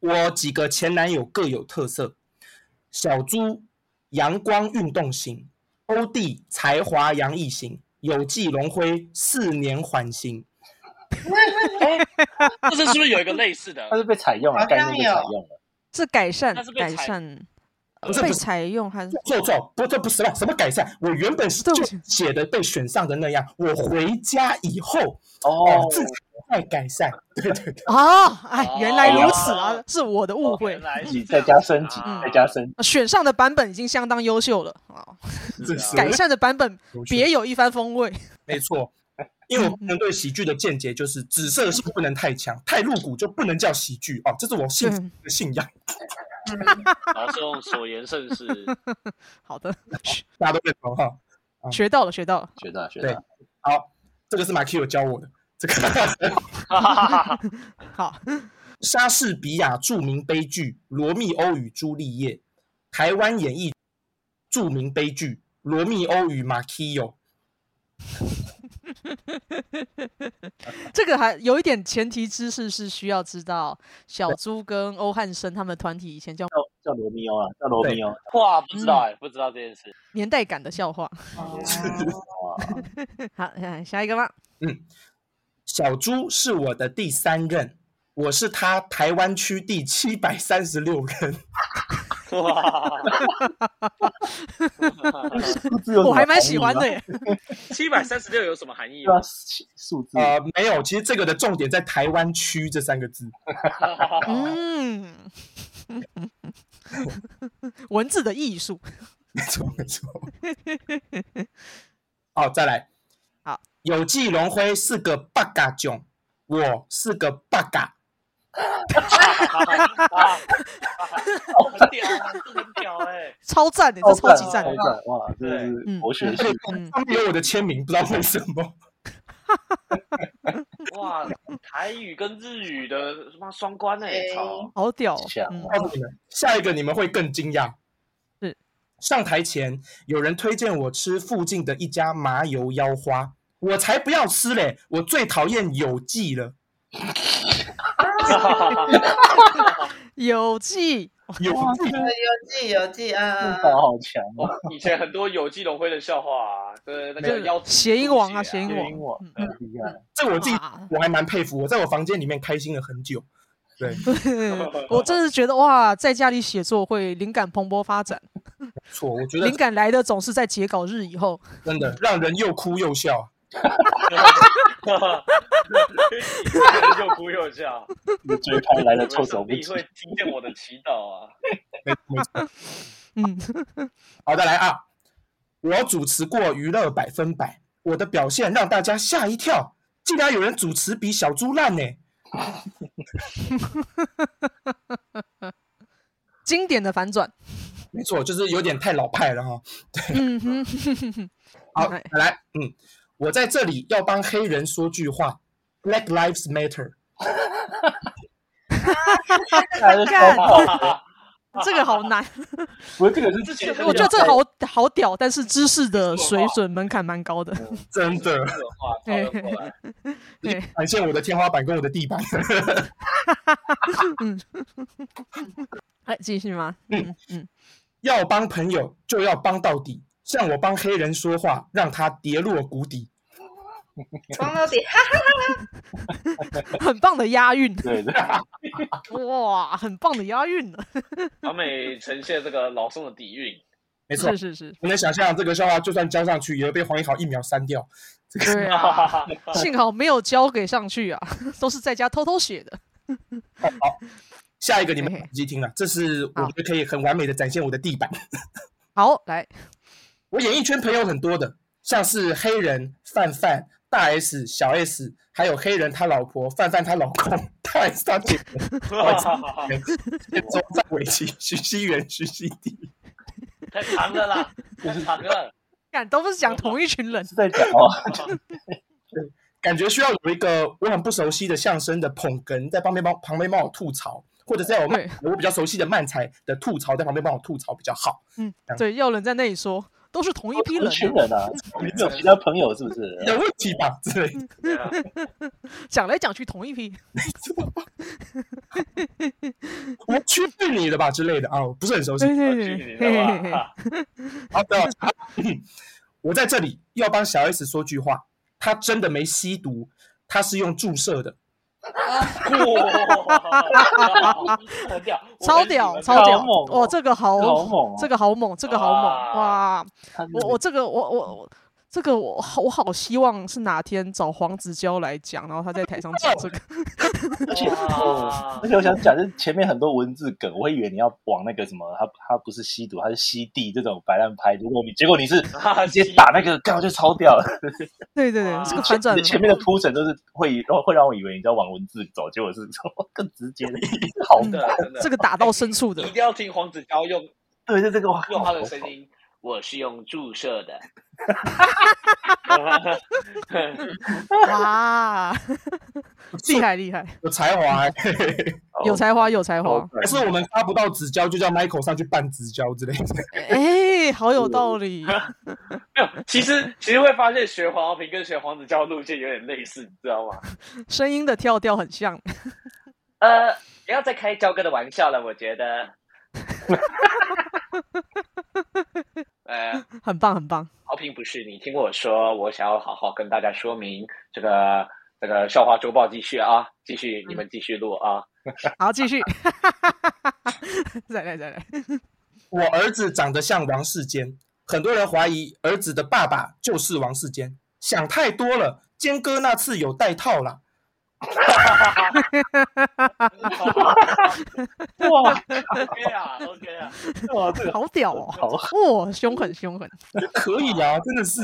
S2: 我几个前男友各有特色，小猪阳光运动型，欧弟才华洋溢型，有记龙辉四年缓刑。
S5: 哦
S7: 这是是不是有一个类似的
S4: 他？是被采用了，
S5: 好像
S4: 概念被采用了。
S1: 是改善
S7: 那是被
S1: 改
S7: 裁
S1: 善，
S2: 不是
S1: 被
S2: 不是
S1: 采用还是
S2: 做错，不，这不是吧？什么改善？我原本是
S1: 对
S2: 就
S1: 不起
S2: 写的被选上的那样，我回家以后
S4: 哦
S2: 哦，自己再改善。对对对，
S1: 哦，哎，原来如此
S7: 哦
S1: 啊，是我的误会
S7: 原。来
S4: 自己
S7: 是这
S4: 再
S7: 样
S4: 加升级
S7: 啊，
S4: 再加升级。
S1: 选上的版本已经相当优秀了啊，
S2: 这是
S1: 改善的版本
S2: 有趣
S1: 别有嗯一番风味。
S2: 没错。因为我们对喜剧的见解就是，紫色性不能太强，太露骨就不能叫喜剧哦，这是我信
S1: 对
S2: 的信仰，
S7: 然后是用所言甚是，
S1: 好的，
S2: 嗯
S1: 学
S2: 大家都认同哈。
S1: 学到了，学到了。
S4: 学到学
S2: 对
S4: 到，
S2: 好，这个是马 Q 教我的，这个
S7: 哈哈哈哈
S1: 好，
S2: 莎士比亚著名悲剧《罗密欧与朱丽叶》，台湾演绎著名悲剧《罗密欧与马奎欧》。
S1: 这个还有一点前提知识是需要知道，小猪跟欧汉生他们团体以前叫
S2: 哦
S4: 叫罗密欧啊，叫罗密欧。
S7: 哇，不知道哎、不知道这件事。
S1: 年代感的笑话。
S5: 哦，
S1: 好，哎下一个吧。
S2: 小猪是我的第三任，我是他台湾区第七百三十六任。
S7: 哇，
S4: 数字有什么
S1: 我还蛮
S2: 哦
S1: 喜欢
S4: 含
S1: 的
S4: 义吗。
S1: 耶。
S7: 七百三十六有什么含 义
S4: 对
S7: 吗
S4: 啊，？数字
S2: 呃，没有，其实这个的重点在台湾区这三个字。
S7: 啊
S2: 哦
S1: 嗯， 文字的艺术。
S2: 没错，没错。好，再来。
S1: 好，
S2: 有记龙辉是个八嘎囧，我是个八嘎。
S7: 很屌啊，这很屌 哎、
S1: 超赞的，
S4: 哦
S1: 这超级赞
S4: 超
S1: 的。
S4: 赞哇，真的是
S1: 嗯
S4: 博学系。
S1: 嗯，
S2: 上面有我的签名，不知道为什么。
S7: 哇，台语跟日语的他妈双关哎、
S5: 哎
S7: 操！
S1: 好屌、哦
S4: 想。
S1: 嗯，
S2: 告诉你们，下一个你们会更惊讶。
S1: 是
S2: 上台前有人推荐我吃附近的一家麻油腰花，我才不要吃嘞！我最讨厌有记了，
S1: 有记
S2: 有记
S5: 有记有记啊，
S4: 法好强啊！
S7: 以前很多有纪龙辉的笑话、啊，对那
S1: 就
S7: 个腰
S1: 是谐音王啊，谐
S7: 音
S1: 音
S4: 谐音
S1: 王
S4: 网，
S1: 嗯
S4: 厉害！
S2: 这我自己
S1: 哇
S2: 我还蛮佩服，我在我房间里面开心了很久。对，没
S1: 我真是觉得哇，在家里写作会灵感蓬勃发展，
S2: 错，我觉得
S1: 灵感来的总是在截稿日以后。
S2: 真的让人又哭又笑。
S7: 又哭又笑。
S4: 这个追拍来了措手
S7: 上
S4: 不
S7: 帝
S4: 及
S7: 会。听见我的祈祷啊！
S2: 没没错，
S1: 嗯，
S2: 好，再来啊！我主持过《娱乐百分百》，我的表现让大家吓一跳，竟然有人主持比小猪烂呢、
S1: 经典的反转。
S2: 没错，就是有点太老派了哈。
S1: 嗯哼哼哼哼，
S2: 好，
S1: 哎
S2: 来，嗯，我在这里要帮黑人说句话，Black Lives Matter。
S4: 还是
S1: 干
S4: 超好，
S1: 这个好难，
S4: 不是这个是
S7: 之前
S1: 我觉得这好好屌，但是知识的水准门槛蛮高的。
S2: 真的，
S7: 这种话讨论过来，
S1: 对，
S2: 感谢我的天花板跟我的地板。
S1: 哎，继续吗？嗯嗯，
S2: 要帮朋友就要帮到底，像我帮黑人说话，让他跌落谷底。
S5: 帮到底，哈
S1: 很棒的押韵，
S4: 对的，
S1: 哇，很棒的押韵啊呢。
S7: 完美呈现这个老宋的底蕴。
S2: 没错
S1: 是，是是，
S2: 你能想象这个笑话就算交上去，也会被黄一豪一秒删掉。
S1: 对啊。幸好没有交给上去啊， 都是在家偷偷写的。
S2: 下一个你们
S1: 嘿嘿
S2: 仔细听啊了，这是我
S1: 好
S2: 觉得可以很完美的展现我的地板。
S1: 好，来，
S2: 我演艺圈朋友很多的，像是黑人范范、大 S、小 S，还有黑人他老婆范范他老公、 大 S 他姐夫、周占伟奇、徐熙媛、徐熙娣。
S7: 太长了啦，太长了。
S1: 干都不是讲同一群 人
S4: 是在讲哦，
S2: 感觉需要有一个我很不熟悉的相声的捧哏在旁边帮旁边帮我吐槽，或者是要有漫我比较熟悉的漫才的吐槽在旁边帮我吐槽比较好。
S1: 嗯对，要有人在那里说，都是同一批人
S4: 哦一群
S1: 啊，
S4: 人啊，你没有其他朋友是不是？
S2: 有问题吧之类的。
S7: 对啊
S1: 讲来讲去同一批。
S2: 我区分你了吧之类的啊，我不是很熟悉。
S1: 对对
S7: 我
S1: 对
S7: 去你，
S1: 嘿嘿
S7: 的
S1: 嘿嘿
S7: 吧！
S2: 好的，好我在这里要帮小 S 说句话，她真的没吸毒，她是用注射的。
S7: 哇，很屌，我
S1: 超
S7: 很喜
S1: 屌，
S7: 欢
S1: 超屌！
S4: 好猛哦
S1: 哇，这个好，
S4: 好猛哦
S1: 这个好猛，这个好猛！哇，
S4: 他真的
S1: 我我这个我我我这个我好我好希望是哪天找黄子佼来讲，然后他在台上讲这个。
S4: 而且
S7: 哇
S4: 而且我想讲，就是前面很多文字梗，我以为你要往那个什么，他他不是吸毒，他是吸地这种白烂拍。如果你结果 你是
S7: 啊
S4: 直接打那个，刚好就超掉了。
S1: 对对对，
S7: 哇
S1: 这个
S7: 你
S1: 反
S4: 前
S1: 转
S4: 你前面的铺陈都是会让会让我以为你在往文字走，结果是更直接的，好
S1: 嗯
S7: 真的真的，
S1: 这个打到深处
S7: 你
S1: 的
S7: 一，定要听黄子佼用
S4: 对，就这个哇
S7: 用他的声音，我是用注射的。
S1: 哇，厉害厉害，
S2: 有才华、欸，
S1: 有才华有才
S4: 好
S1: 华，
S4: 可爱
S2: 还是我们发不到直交，就叫 Michael 上去办直交之类的。
S1: 哎，好有道理。
S7: 没有，其实其实会发现学黄浩平跟学黄子佼路线有点类似，你知道吗？
S1: 声音的调调很像。
S7: 呃，不要再开焦哥的玩笑了，我觉 得。呃，
S1: 很棒，很棒。
S7: 豪平不是，你听我说，我想要好好跟大家说明这个这个笑话周报继续啊，继续你们继续录啊。
S1: 好，继续， 再来，再来。
S2: 我儿子长得像王世坚，很多人怀疑儿子的爸爸就是王世坚，想太多了。坚哥那次有带套啦，
S4: 哇
S7: 嗯 OK 啊，OK 啊，
S4: 哇，这个
S1: 好屌哦！
S4: 好
S1: 哇、凶狠凶狠！
S2: 可以啊，真的是。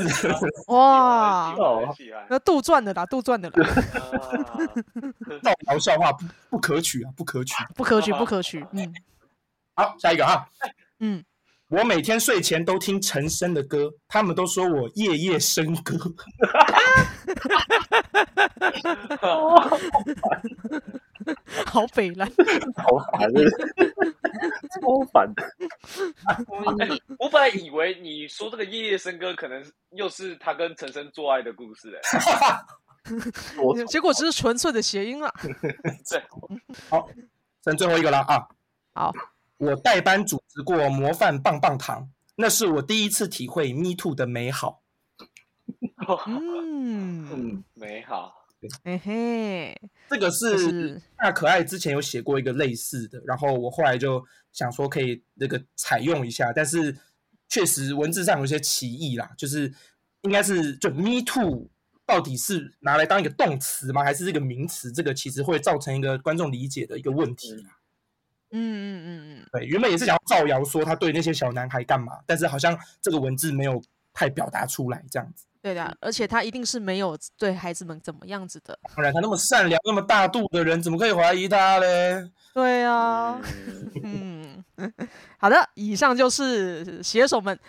S1: 哇
S4: 啊
S7: 喜，欢喜欢
S1: 那杜撰的啦，杜撰的 啦，
S7: 啊
S2: 造谣笑话不不可取啊，不可取。
S1: 不可取，不可取。嗯
S2: 好，下一个啊。
S1: 嗯，
S2: 我每天睡前都听陈升的歌，他们都说我夜夜笙歌。
S1: 好北烂。
S4: 好烦，这个 超烦的。
S7: 我本来以为你说这个夜夜笙歌，可能又是他跟陈升做爱的故事嘞、
S4: 我
S1: 结果只是纯粹的谐 音啦。
S2: 剩最后一个了啊。
S1: 好，
S2: 我代班主持过模范棒棒糖，那是我第一次体会 Me Too 的美好。
S1: 嗯，
S4: 嗯，
S7: 美好，
S1: 嘿嘿，
S2: 这个
S1: 就是是
S2: 大可爱之前有写过一个类似的，然后我后来就想说可以那个采用一下，但是确实文字上有些歧义啦，就是应该是就 me too 到底是拿来当一个动词吗，还是这个名词？这个其实会造成一个观众理解的一个问题啦。
S1: 嗯嗯嗯嗯，
S2: 对，原本也是想要造谣说他对那些小男孩干嘛，但是好像这个文字没有太表达出来这样子。
S1: 对的
S4: 嗯
S1: 啊，而且他一定是没有对孩子们怎么样子的。
S2: 当然，他那么善良、那么大度的人，怎么可以怀疑他嘞？
S1: 对啊，嗯， 好的，以上就是写手们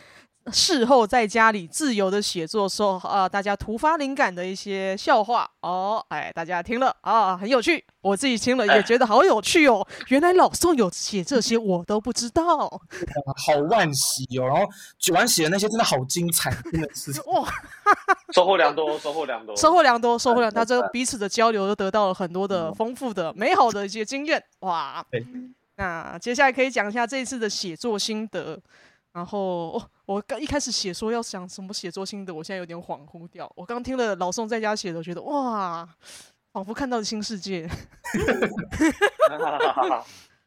S1: 事后在家里自由的写作时候啊、大家突发灵感的一些笑话哦。哎，大家听了啊，很有趣，我自己听了也觉得好有趣哦。原来老宋有写这些，我都不知道
S2: 好惋惜哦。然后九安写的那些真的好精彩，真的是
S1: 哇，
S7: 收获良多，收获良 多。
S1: 收获良多，收获良多，大家彼此的交流都得到了很多的丰富的、美好的一些经验哇
S2: 对。
S1: 那接下来可以讲一下这一次的写作心得。然后、哦、我刚一开始写说要讲什么写作心得，我现在有点恍惚掉。我刚听了老宋在家写的，我觉得哇，仿佛看到了新世界。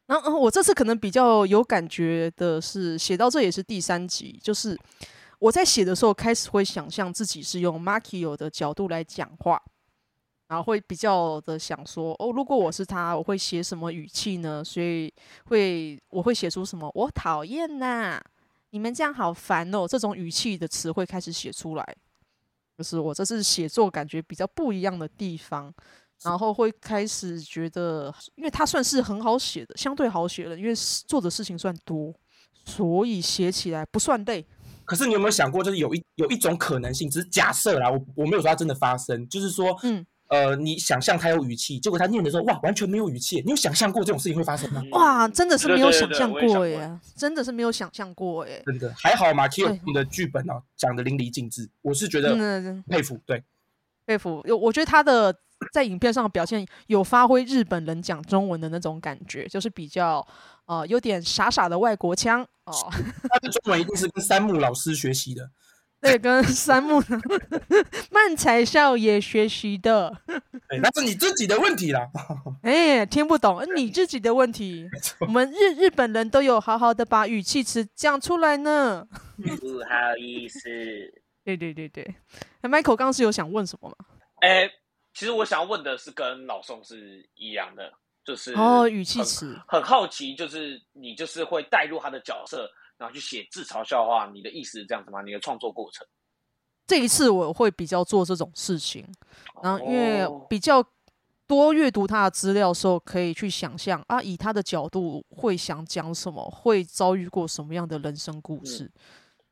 S1: 然后、呃我这次可能比较有感觉的是，写到这也是第三集，就是我在写的时候开始会想象自己是用 Makio 的角度来讲话，然后会比较的想说，哦，如果我是他，我会写什么语气呢？所以会我会写出什么？我讨厌呐、你们这样好烦哦，这种语气的词汇开始写出来，就是我这次写作感觉比较不一样的地方。然后会开始觉得，因为它算是很好写的，相对好写了，因为是做的事情算多，所以写起来不算累。
S2: 可是你有没有想过，就是有一有一种可能性，只是假设啦，我我没有说它真的发生，就是说，
S1: 嗯，
S2: 呃，你想象它有语气，结果他念的时候，哇，完全没有语气，你有想象过这种事情会发生吗？
S1: 哇，真的是
S7: 对
S1: 没有
S7: 嗯对
S1: 想
S7: 对
S1: 象
S7: 我也想
S1: 过
S7: 过
S1: 耶，真的是没有想象过耶。
S2: 真的还好马奎
S1: 对嗯
S2: 你的剧本哦讲的淋漓尽致，我是觉
S1: 真
S2: 得
S1: 的真
S2: 佩服。对，
S1: 佩服，有我觉得他的在影片上的表现有发挥日本人讲中文的那种感觉，就是比较呃有点傻傻的外国腔哦。
S2: 他的中文一定是跟三木老师学习的，
S1: 那个跟三木 呢慢才少爷学习的。
S2: 那是你自己的问题啦。
S1: 哎、听不懂，你自己的问题。我们日日本人都有好好的把语气词讲出来呢。
S7: 不好意思。
S1: 对对对对，那 Michael 刚刚是有想问什么吗？
S7: 哎、其实我想要问的是跟老宋是一样的，就是
S1: 哦，语气
S7: 呃很
S1: 词。
S7: 很好奇，就是你就是会带入他的角色，然后去写自嘲笑话，你的意思是这样子吗？你的创作过程？
S1: 这一次我会比较做这种事情，然后因为
S7: 哦
S1: 比较多阅读他的资料的时候，可以去想象啊，以他的角度会想讲什么，会遭遇过什么样的人生故事。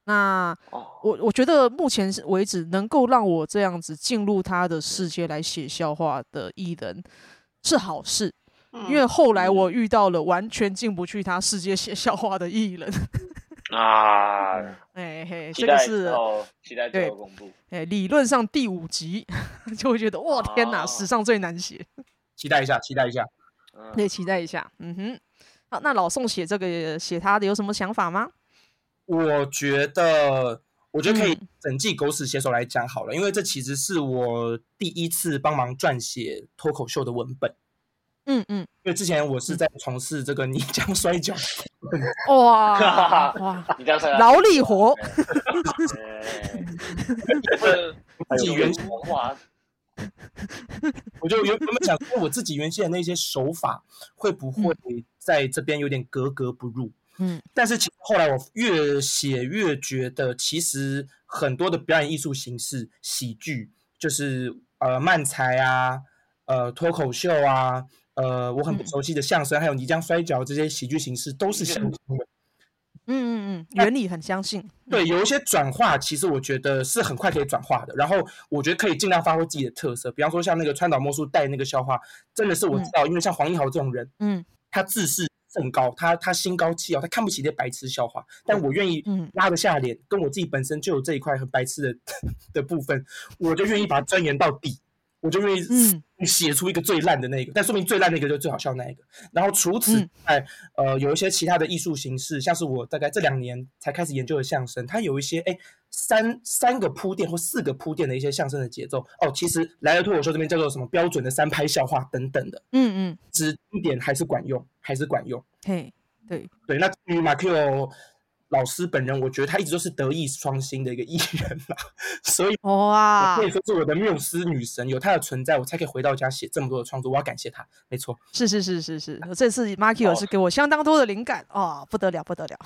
S1: 那
S7: 嗯哦
S1: 我我觉得目前是为止能够让我这样子进入他的世界来写笑话的艺人是好事，
S7: 嗯
S1: 因为后来我遇到了完全进不去他世界写笑话的艺人，
S7: 啊，
S1: 哎嘿，
S7: 期
S1: 这个
S7: 待
S1: 是
S7: 之后，期待之
S1: 对
S7: 后公布。
S1: 哎，理论上第五集 就会觉得哇天哪，
S7: 哦
S1: 史上最难写，
S2: 期待一下，期待一下。
S7: 嗯
S1: 可以期待一下。嗯哼，好，那老宋写这个写他的有什么想法吗？
S2: 我觉得，我觉得可以
S1: 嗯
S2: 整季狗屎写手来讲好了，因为这其实是我第一次帮忙撰写脱口秀的文本。
S1: 嗯嗯，
S2: 因为之前我是在从事这个泥浆 摔跤，
S1: 嗯哇 哇，
S7: 你这样才啊
S1: 劳力活，
S7: 哎这
S2: 自己原
S7: 文化
S2: 我就原原本想说我自己原先的那些手法会不会在这边有点格格不入，
S1: 嗯，
S2: 但是其实后来我越写越觉得，其实很多的表演艺术形式，喜剧就是呃漫才啊，呃脱口秀啊，呃我很不
S1: 嗯
S2: 熟悉的相声，还有泥浆摔跤这些喜剧形式都是相通的。
S1: 嗯嗯嗯，原理很相信。
S2: 对，有一些转化，其实我觉得是很快可以转化的。然后我觉得可以尽量发挥自己的特色，比方说像那个川岛茉树带那个笑话，真的是我知道，因为像黄一豪这种人，
S1: 嗯
S2: 他自视甚高，他他心高气傲，他看不起这些白痴笑话，但我愿意
S1: 嗯
S2: 拉得下脸，跟我自己本身就有这一块很白痴的的部分，我就愿意把它钻研到底，我就愿意
S1: 嗯
S2: 写出一个最烂的那一个，但说明最烂那个就是最好笑那一个。然后除此之
S1: 嗯
S2: 外，呃，有一些其他的艺术形式，像是我大概这两年才开始研究的相声，它有一些哎三三个铺垫或四个铺垫的一些相声的节奏哦，其实来了脱口秀这边叫做什么标准的三拍笑话等等的，
S1: 嗯嗯，
S2: 只一点还是管用，还是管用。
S1: 嘿，对，
S2: 对，那至于马 Q 老师本人，我觉得他一直都是德艺双馨的一个艺人啦，所以我
S1: 哇
S2: 可，以说是我的缪斯女神，有她的存在，我才可以回到家写这么多的创作，我要感谢她。没错，
S1: 是是是是是，这次 Marky 是给我相当多的灵感啊、哦，不得了不得了！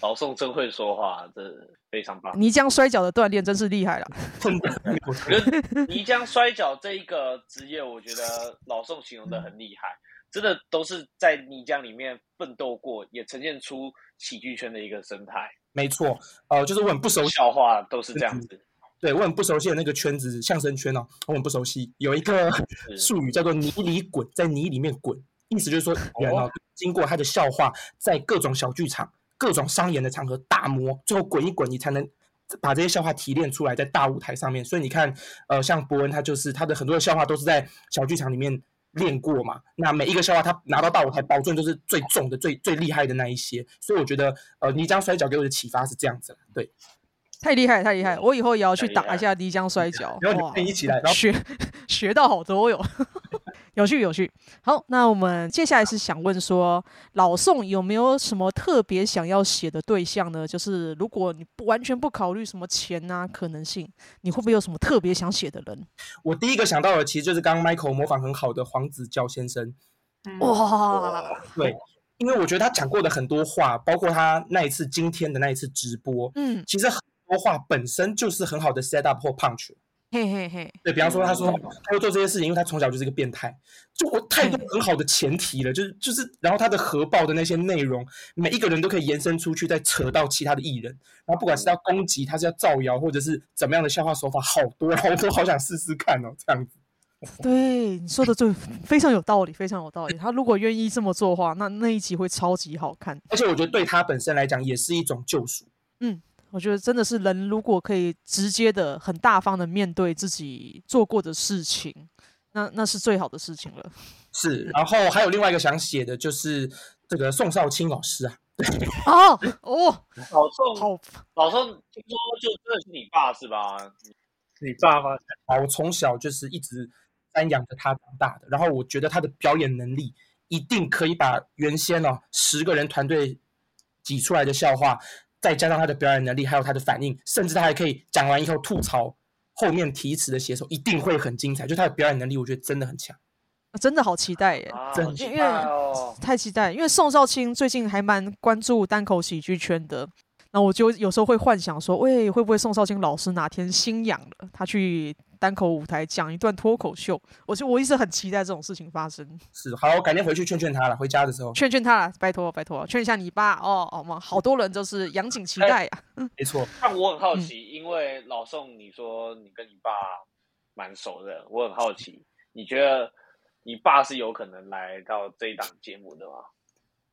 S7: 老宋真会说话，这非常 棒。
S1: 泥浆摔跤的锻炼真是厉害了，
S2: 真的，我
S7: 我觉得泥浆摔跤这一个职业，我觉得老宋形容的很厉害，真的都是在泥浆里面奋斗过，也呈现出喜剧圈的一个生态。
S2: 没错，呃，就是我很不熟悉，
S7: 笑话都是这样子，
S2: 对我很不熟悉的那个圈子，相声圈哦，我很不熟悉，有一个
S7: 是
S2: 术语叫做“泥里滚”，在泥里面滚，意思就是说，人哦，经过他的笑话，在各种小剧场、各种商演的场合大磨，最后滚一滚，你才能把这些笑话提炼出来，在大舞台上面。所以你看，呃，像伯恩他就是他的很多的笑话都是在小剧场里面练过嘛，那每一个笑话他拿到大舞台，保证都是最重的、最最厉害的那一些。所以我觉得，呃，泥浆摔跤给我的启发是这样子啦，对，
S1: 太厉害了太厉害了！我以后也要去
S7: 太厉
S1: 打
S7: 害
S1: 一下泥浆摔 跤，
S2: 然后
S1: 哇
S2: 你们一起来，然后
S1: 学 学到好多哟， 有趣有趣。好，那我们接下来是想问说，老宋有没有什么特别想要写的对象呢？就是如果你不完全不考虑什么钱啊可能性，你会不会有什么特别想写的人？
S2: 我第一个想到的其实就是刚刚 Michael 模仿很好的黄子佼先生。
S1: 哇，
S2: 对，因为我觉得他讲过的很多话，包括他那一次今天的那一次直播，
S1: 嗯，
S2: 其实很多话本身就是很好的 set up 或 punch。
S1: 嘿嘿嘿，
S2: 对比方说，他说他会做这些事情，因为他从小就是一个变态，就我太多很好的前提了，就是就是，然后他的核爆的那些内容，每一个人都可以延伸出去，再扯到其他的艺人，然后不管是要攻击，他是要造谣，或者是怎么样的笑话手法，好多，然后我都好想试试看哦，这样子。
S1: 对你说的最非常有道理，非常有道理。他如果愿意这么做的话，那那一集会超级好看。
S2: 而且我觉得对他本身来讲也是一种救赎。
S1: 我觉得真的是人，如果可以直接的、很大方的面对自己做过的事情，那那是最好的事情了。
S2: 是，然后还有另外一个想写的就是这个宋少卿老师啊，
S1: 哦哦，
S7: 老宋，
S1: 好
S7: 老宋听说就真的是你爸是吧？
S4: 你爸妈
S2: 啊，我从小就是一直瞻仰着他长大的，然后我觉得他的表演能力一定可以把原先哦十个人团队挤出来的笑话，再加上他的表演能力，还有他的反应，甚至他还可以讲完以后吐槽后面提词的写手，一定会很精彩。就他的表演能力，我觉得真的很强。
S1: 真的好期待耶！
S7: 啊，
S2: 真
S7: 好
S2: 的
S7: 期待哦。
S1: 太期待了，因为宋少卿最近还蛮关注单口喜剧圈的，那我就有时候会幻想说，喂，会不会宋少卿老师哪天心痒了，他去单口舞台讲一段脱口秀？我就我一直很期待这种事情发生，
S2: 是，好，我改天回去劝劝他了。回家的时候，
S1: 劝劝他啦，拜托拜托，劝一下你爸哦，好吗？好多人就是仰景期待啊呀、
S2: 没错，
S7: 但我很
S1: 嗯
S7: 好奇，因为老宋，你说你跟你爸蛮熟的，我很好奇，你觉得你爸是有可能来到这一档节目的吗？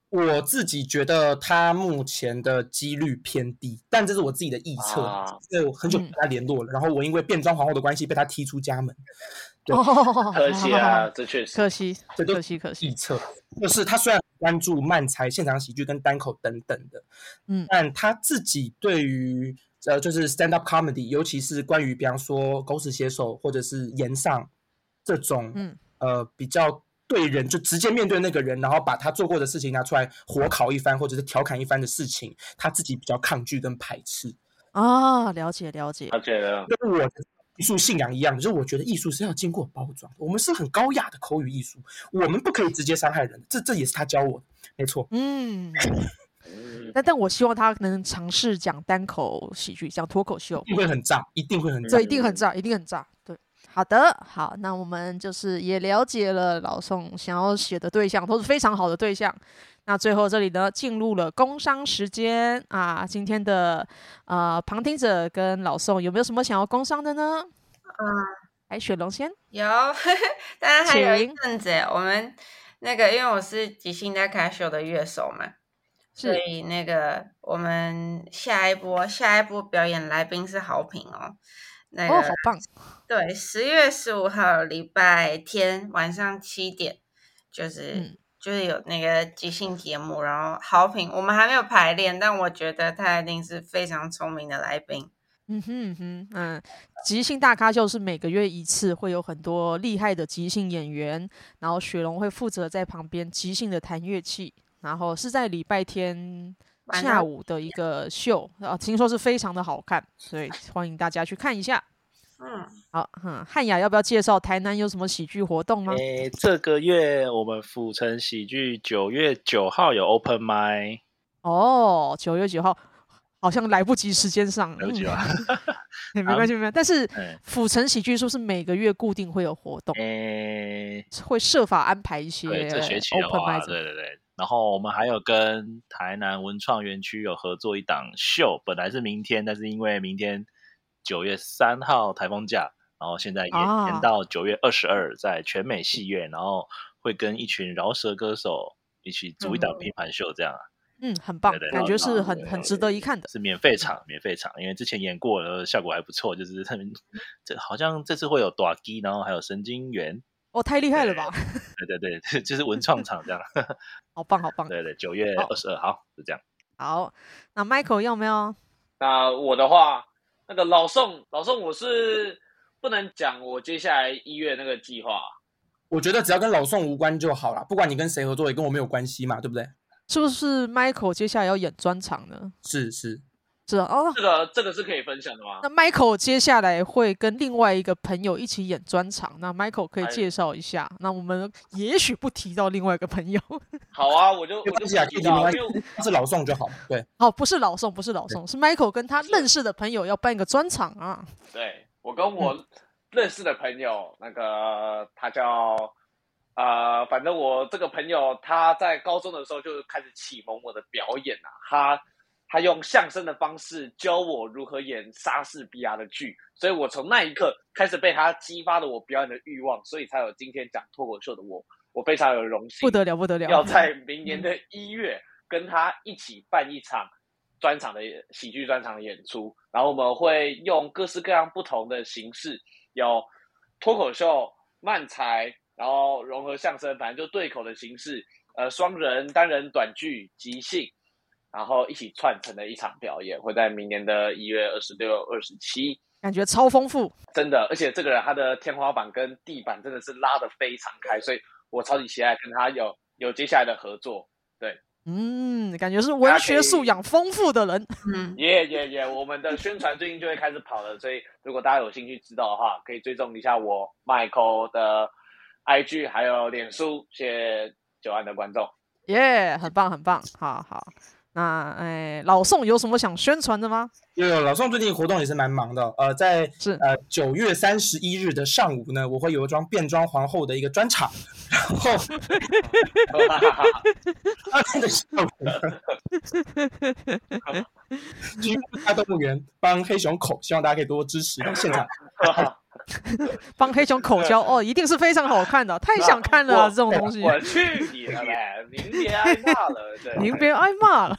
S2: 我自己觉得他目前的几率偏低，但这是我自己的臆测，
S7: 啊
S2: 因为我很久没
S1: 嗯
S2: 跟他联络了。然后我因为变装皇后的关系被他踢出家门，对
S1: 哦，
S7: 可惜
S1: 好好
S7: 啊，
S1: 好
S7: 这确实
S1: 可惜，
S2: 这都
S1: 可惜，可惜
S2: 臆。测就是他虽然关注漫才、现场喜剧跟单口等等的，
S1: 嗯
S2: 但他自己对于呃就是 stand up comedy，尤其是关于比方说狗屎写手或者是言上这种，
S1: 嗯
S2: 呃比较对人就直接面对那个人，然后把他做过的事情拿出来火烤一番，或者是调侃一番的事情，他自己比较抗拒跟排斥，
S1: 啊，了解了解
S7: 他觉得
S2: 跟我的艺术信仰一样，就是我觉得艺术是要经过包装的，我们是很高雅的口语艺术，我们不可以直接伤害人的，这这也是他教我的，没错。
S1: 嗯，
S7: 嗯
S1: 那但我希望他能尝试讲单口喜剧，讲脱口秀
S2: 一，定会很炸，一定会
S7: 嗯
S2: 很炸
S1: 这。一定很炸，一定很炸。对，好的，好，那我们就是也了解了老宋想要写的对象都是非常好的对象。那最后这里呢，进入了工商时间啊，今天的呃旁听者跟老宋有没有什么想要工商的呢？
S5: 嗯，
S1: 来，雪龙先，
S5: 有， 当然还有一
S1: 请
S5: 阵子耶，我们那个因为我是即兴大咖秀的乐手嘛，所
S1: 是
S5: 以那个我们下一波下一波表演来宾是好评哦。那个、
S1: 哦，好棒，
S5: 对，十月十五号礼拜天晚上七点，就是、
S1: 嗯
S5: 就是有那个即兴节目，然后好评，我们还没有排练，但我觉得他一定是非常聪明的来宾。
S1: 嗯哼嗯哼，嗯，即兴大咖秀是每个月一次，会有很多厉害的即兴演员，然后雪龙会负责在旁边即兴的弹乐器，然后是在礼拜天
S5: 晚
S1: 下
S5: 上
S1: 午的一个秀啊，听说是非常的好看，所以欢迎大家去看一下。
S5: 嗯，
S1: 好，嗯，汉雅要不要介绍台南有什么喜剧活动吗？
S4: 诶，这个月我们府城喜剧九月九号有 open mic，
S1: 哦，九月九号，好像来不及时间上，
S4: 了不起
S1: 嗯
S4: 吧？
S1: 对 没关系，没关系。但 是
S4: 嗯
S1: 府城喜剧是不是每个月固定会有活动？
S4: 诶，
S1: 会设法安排一些
S4: 对，这学期的
S1: open
S4: 话，
S1: mic
S4: 对对对。然后我们还有跟台南文创园区有合作一档秀，本来是明天，但是因为明天九月三号台风假，然后现在延
S1: 啊
S4: 延到九月二十二，在全美戏院，然后会跟一群饶舌歌手一起组一档
S5: 嗯
S4: 拼盘秀，这样啊。
S1: 嗯，很棒
S4: 对对，
S1: 感
S4: 对
S1: 觉是
S4: 对
S1: 很
S4: 对
S1: 很
S4: 对
S1: 值得一看的。
S4: 是免费场，免费场，因为之前演过了，效果还不错。就是他们
S1: 嗯
S4: 这好像这次会有短机，然后还有神经元，
S1: 哦，太厉害了吧！
S4: 对对对， 就是文创场这样。
S1: 好棒，好棒。
S4: 对对，九月
S1: 好
S4: 二十二号就这样。
S1: 好，那 Michael 要没有？
S7: 那我的话，那个老宋，老宋，我是不能讲我接下来一月那个计划。
S2: 我觉得只要跟老宋无关就好了，不管你跟谁合作，也跟我没有关系嘛，对不对？
S1: 是不是 Michael 接下来要演专场呢？
S2: 是是，
S1: 是啊，哦，
S7: 这个这个是可以分享的吗
S1: 那？Michael 接下来会跟另外一个朋友一起演专场，那 Michael 可以
S7: 哎
S1: 介绍一下。那我们也许不提到另外一个朋友，
S7: 好啊，我就我
S2: 没
S7: 就
S2: 关
S7: 不
S2: 系啊，
S7: 提
S2: 可以
S7: 到
S2: 没
S7: 了，
S2: 关
S7: 因
S2: 系
S7: 为我，
S2: 是老宋就好。对，
S1: 哦，不是老宋，不是老宋，是 Michael 跟他认识的朋友要办一个专场啊。
S7: 对我跟我认识的朋友，那个他叫呃，反正我这个朋友他在高中的时候就开始启蒙我的表演啊，他他用相声的方式教我如何演莎士比亚的剧，所以我从那一刻开始被他激发了我表演的欲望，所以才有今天讲脱口秀的我，我非常有荣幸，
S1: 不得了，不得了！嗯
S7: 要在明年的一月跟他一起办一场专场的喜剧专场的演出，然后我们会用各式各样不同的形式，有脱口秀、漫才，然后融合相声，反正就对口的形式，呃，双人、单人短剧、即兴，然后一起串成的一场表演，会在明年的一月二十六、二十七。
S1: 感觉超丰富。
S7: 真的，而且这个人他的天花板跟地板真的是拉得非常开，所以我超级期待跟他有有接下来的合作。
S1: 嗯，感觉是
S7: 大
S1: 文
S7: 家可
S1: 学素
S7: 以
S1: 养丰富的人。
S5: 嗯，
S7: 耶耶耶！我们的宣传最近就会开始跑了，所以如果大家有兴趣知道的话，可以追踪一下我 Michael 的 IG 还有脸书，谢谢九安的观众。
S1: 耶、很棒很棒，好好。那哎，老宋有什么想宣传的吗？
S2: 因为老宋最近活动也是蛮忙的，呃，在
S1: 是
S2: 呃九月三十一日的上午呢，我会有一桩变装皇后的一个专场，然后二日的下午呢，去大动物园帮黑熊口，希望大家可以多多支持到现场。
S1: 帮黑熊口交哦，一定是非常好看的，太想看了啊、
S7: 我
S1: 这种东西。
S7: 我去你的嘞！您别挨骂了，对，
S1: 您别挨骂了。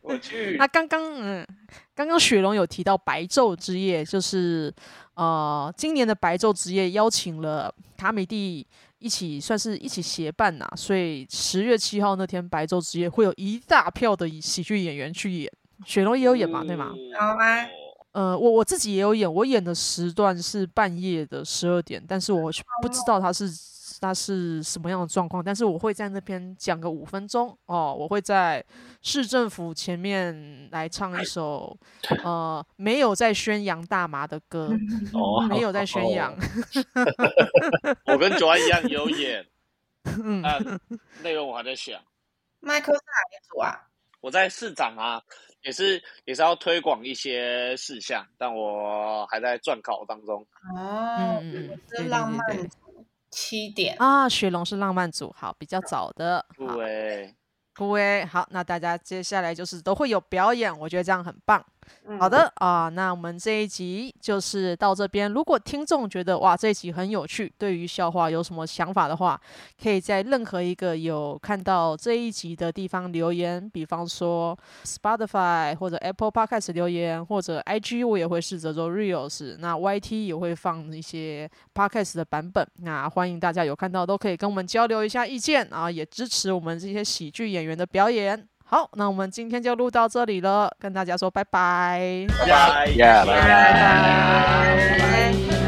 S7: 我去
S1: 那刚刚嗯，刚刚雪龙有提到白昼之夜，就是呃，今年的白昼之夜邀请了卡米蒂一起，算是一起协办呐、所以十月七号那天白昼之夜会有一大票的喜剧演员去演，雪龙也有演嘛，对吗？
S5: 好吗？
S1: 呃，我我自己也有演，我演的时段是半夜的十二点，但是
S4: 哦
S1: 我是不知道他是他是什么样的状况，但是我会在那边讲个五分钟哦，我会在市政府前面来唱一 首呃没有在宣扬大麻的歌，
S4: 哦，
S1: 嗯没有在宣扬，
S7: 我跟九安一样有演，
S1: 嗯，
S4: 哦
S7: 但内容我还在想。
S5: 麦克是哪一组啊？
S7: 我在市长啊，也是也是要推广一些事项，但我还在撰稿当中。
S5: 哦，
S1: 嗯嗯嗯
S5: 我
S1: 对
S5: 是浪
S1: 对对对
S5: 漫组，七点。
S1: 啊，雪龙是浪漫组，好，比较早的，好
S7: 对，
S1: 各位好，那大家接下来就是都会有表演，我觉得这样很棒。
S5: 嗯
S1: 好，的啊、那我们这一集就是到这边。如果听众觉得哇这一集很有趣，对于笑话有什么想法的话，可以在任何一个有看到这一集的地方留言，比方说 Spotify 或者 Apple Podcast 留言，或者 IG 我也会试着做 Reels，那 YT 也会放一些 Podcast 的版本。那欢迎大家有看到都可以跟我们交流一下意见啊，也支持我们这些喜剧演员的表演。好，那我们今天就录到这里了，跟大家说拜拜。
S7: 拜拜，拜
S5: 拜拜。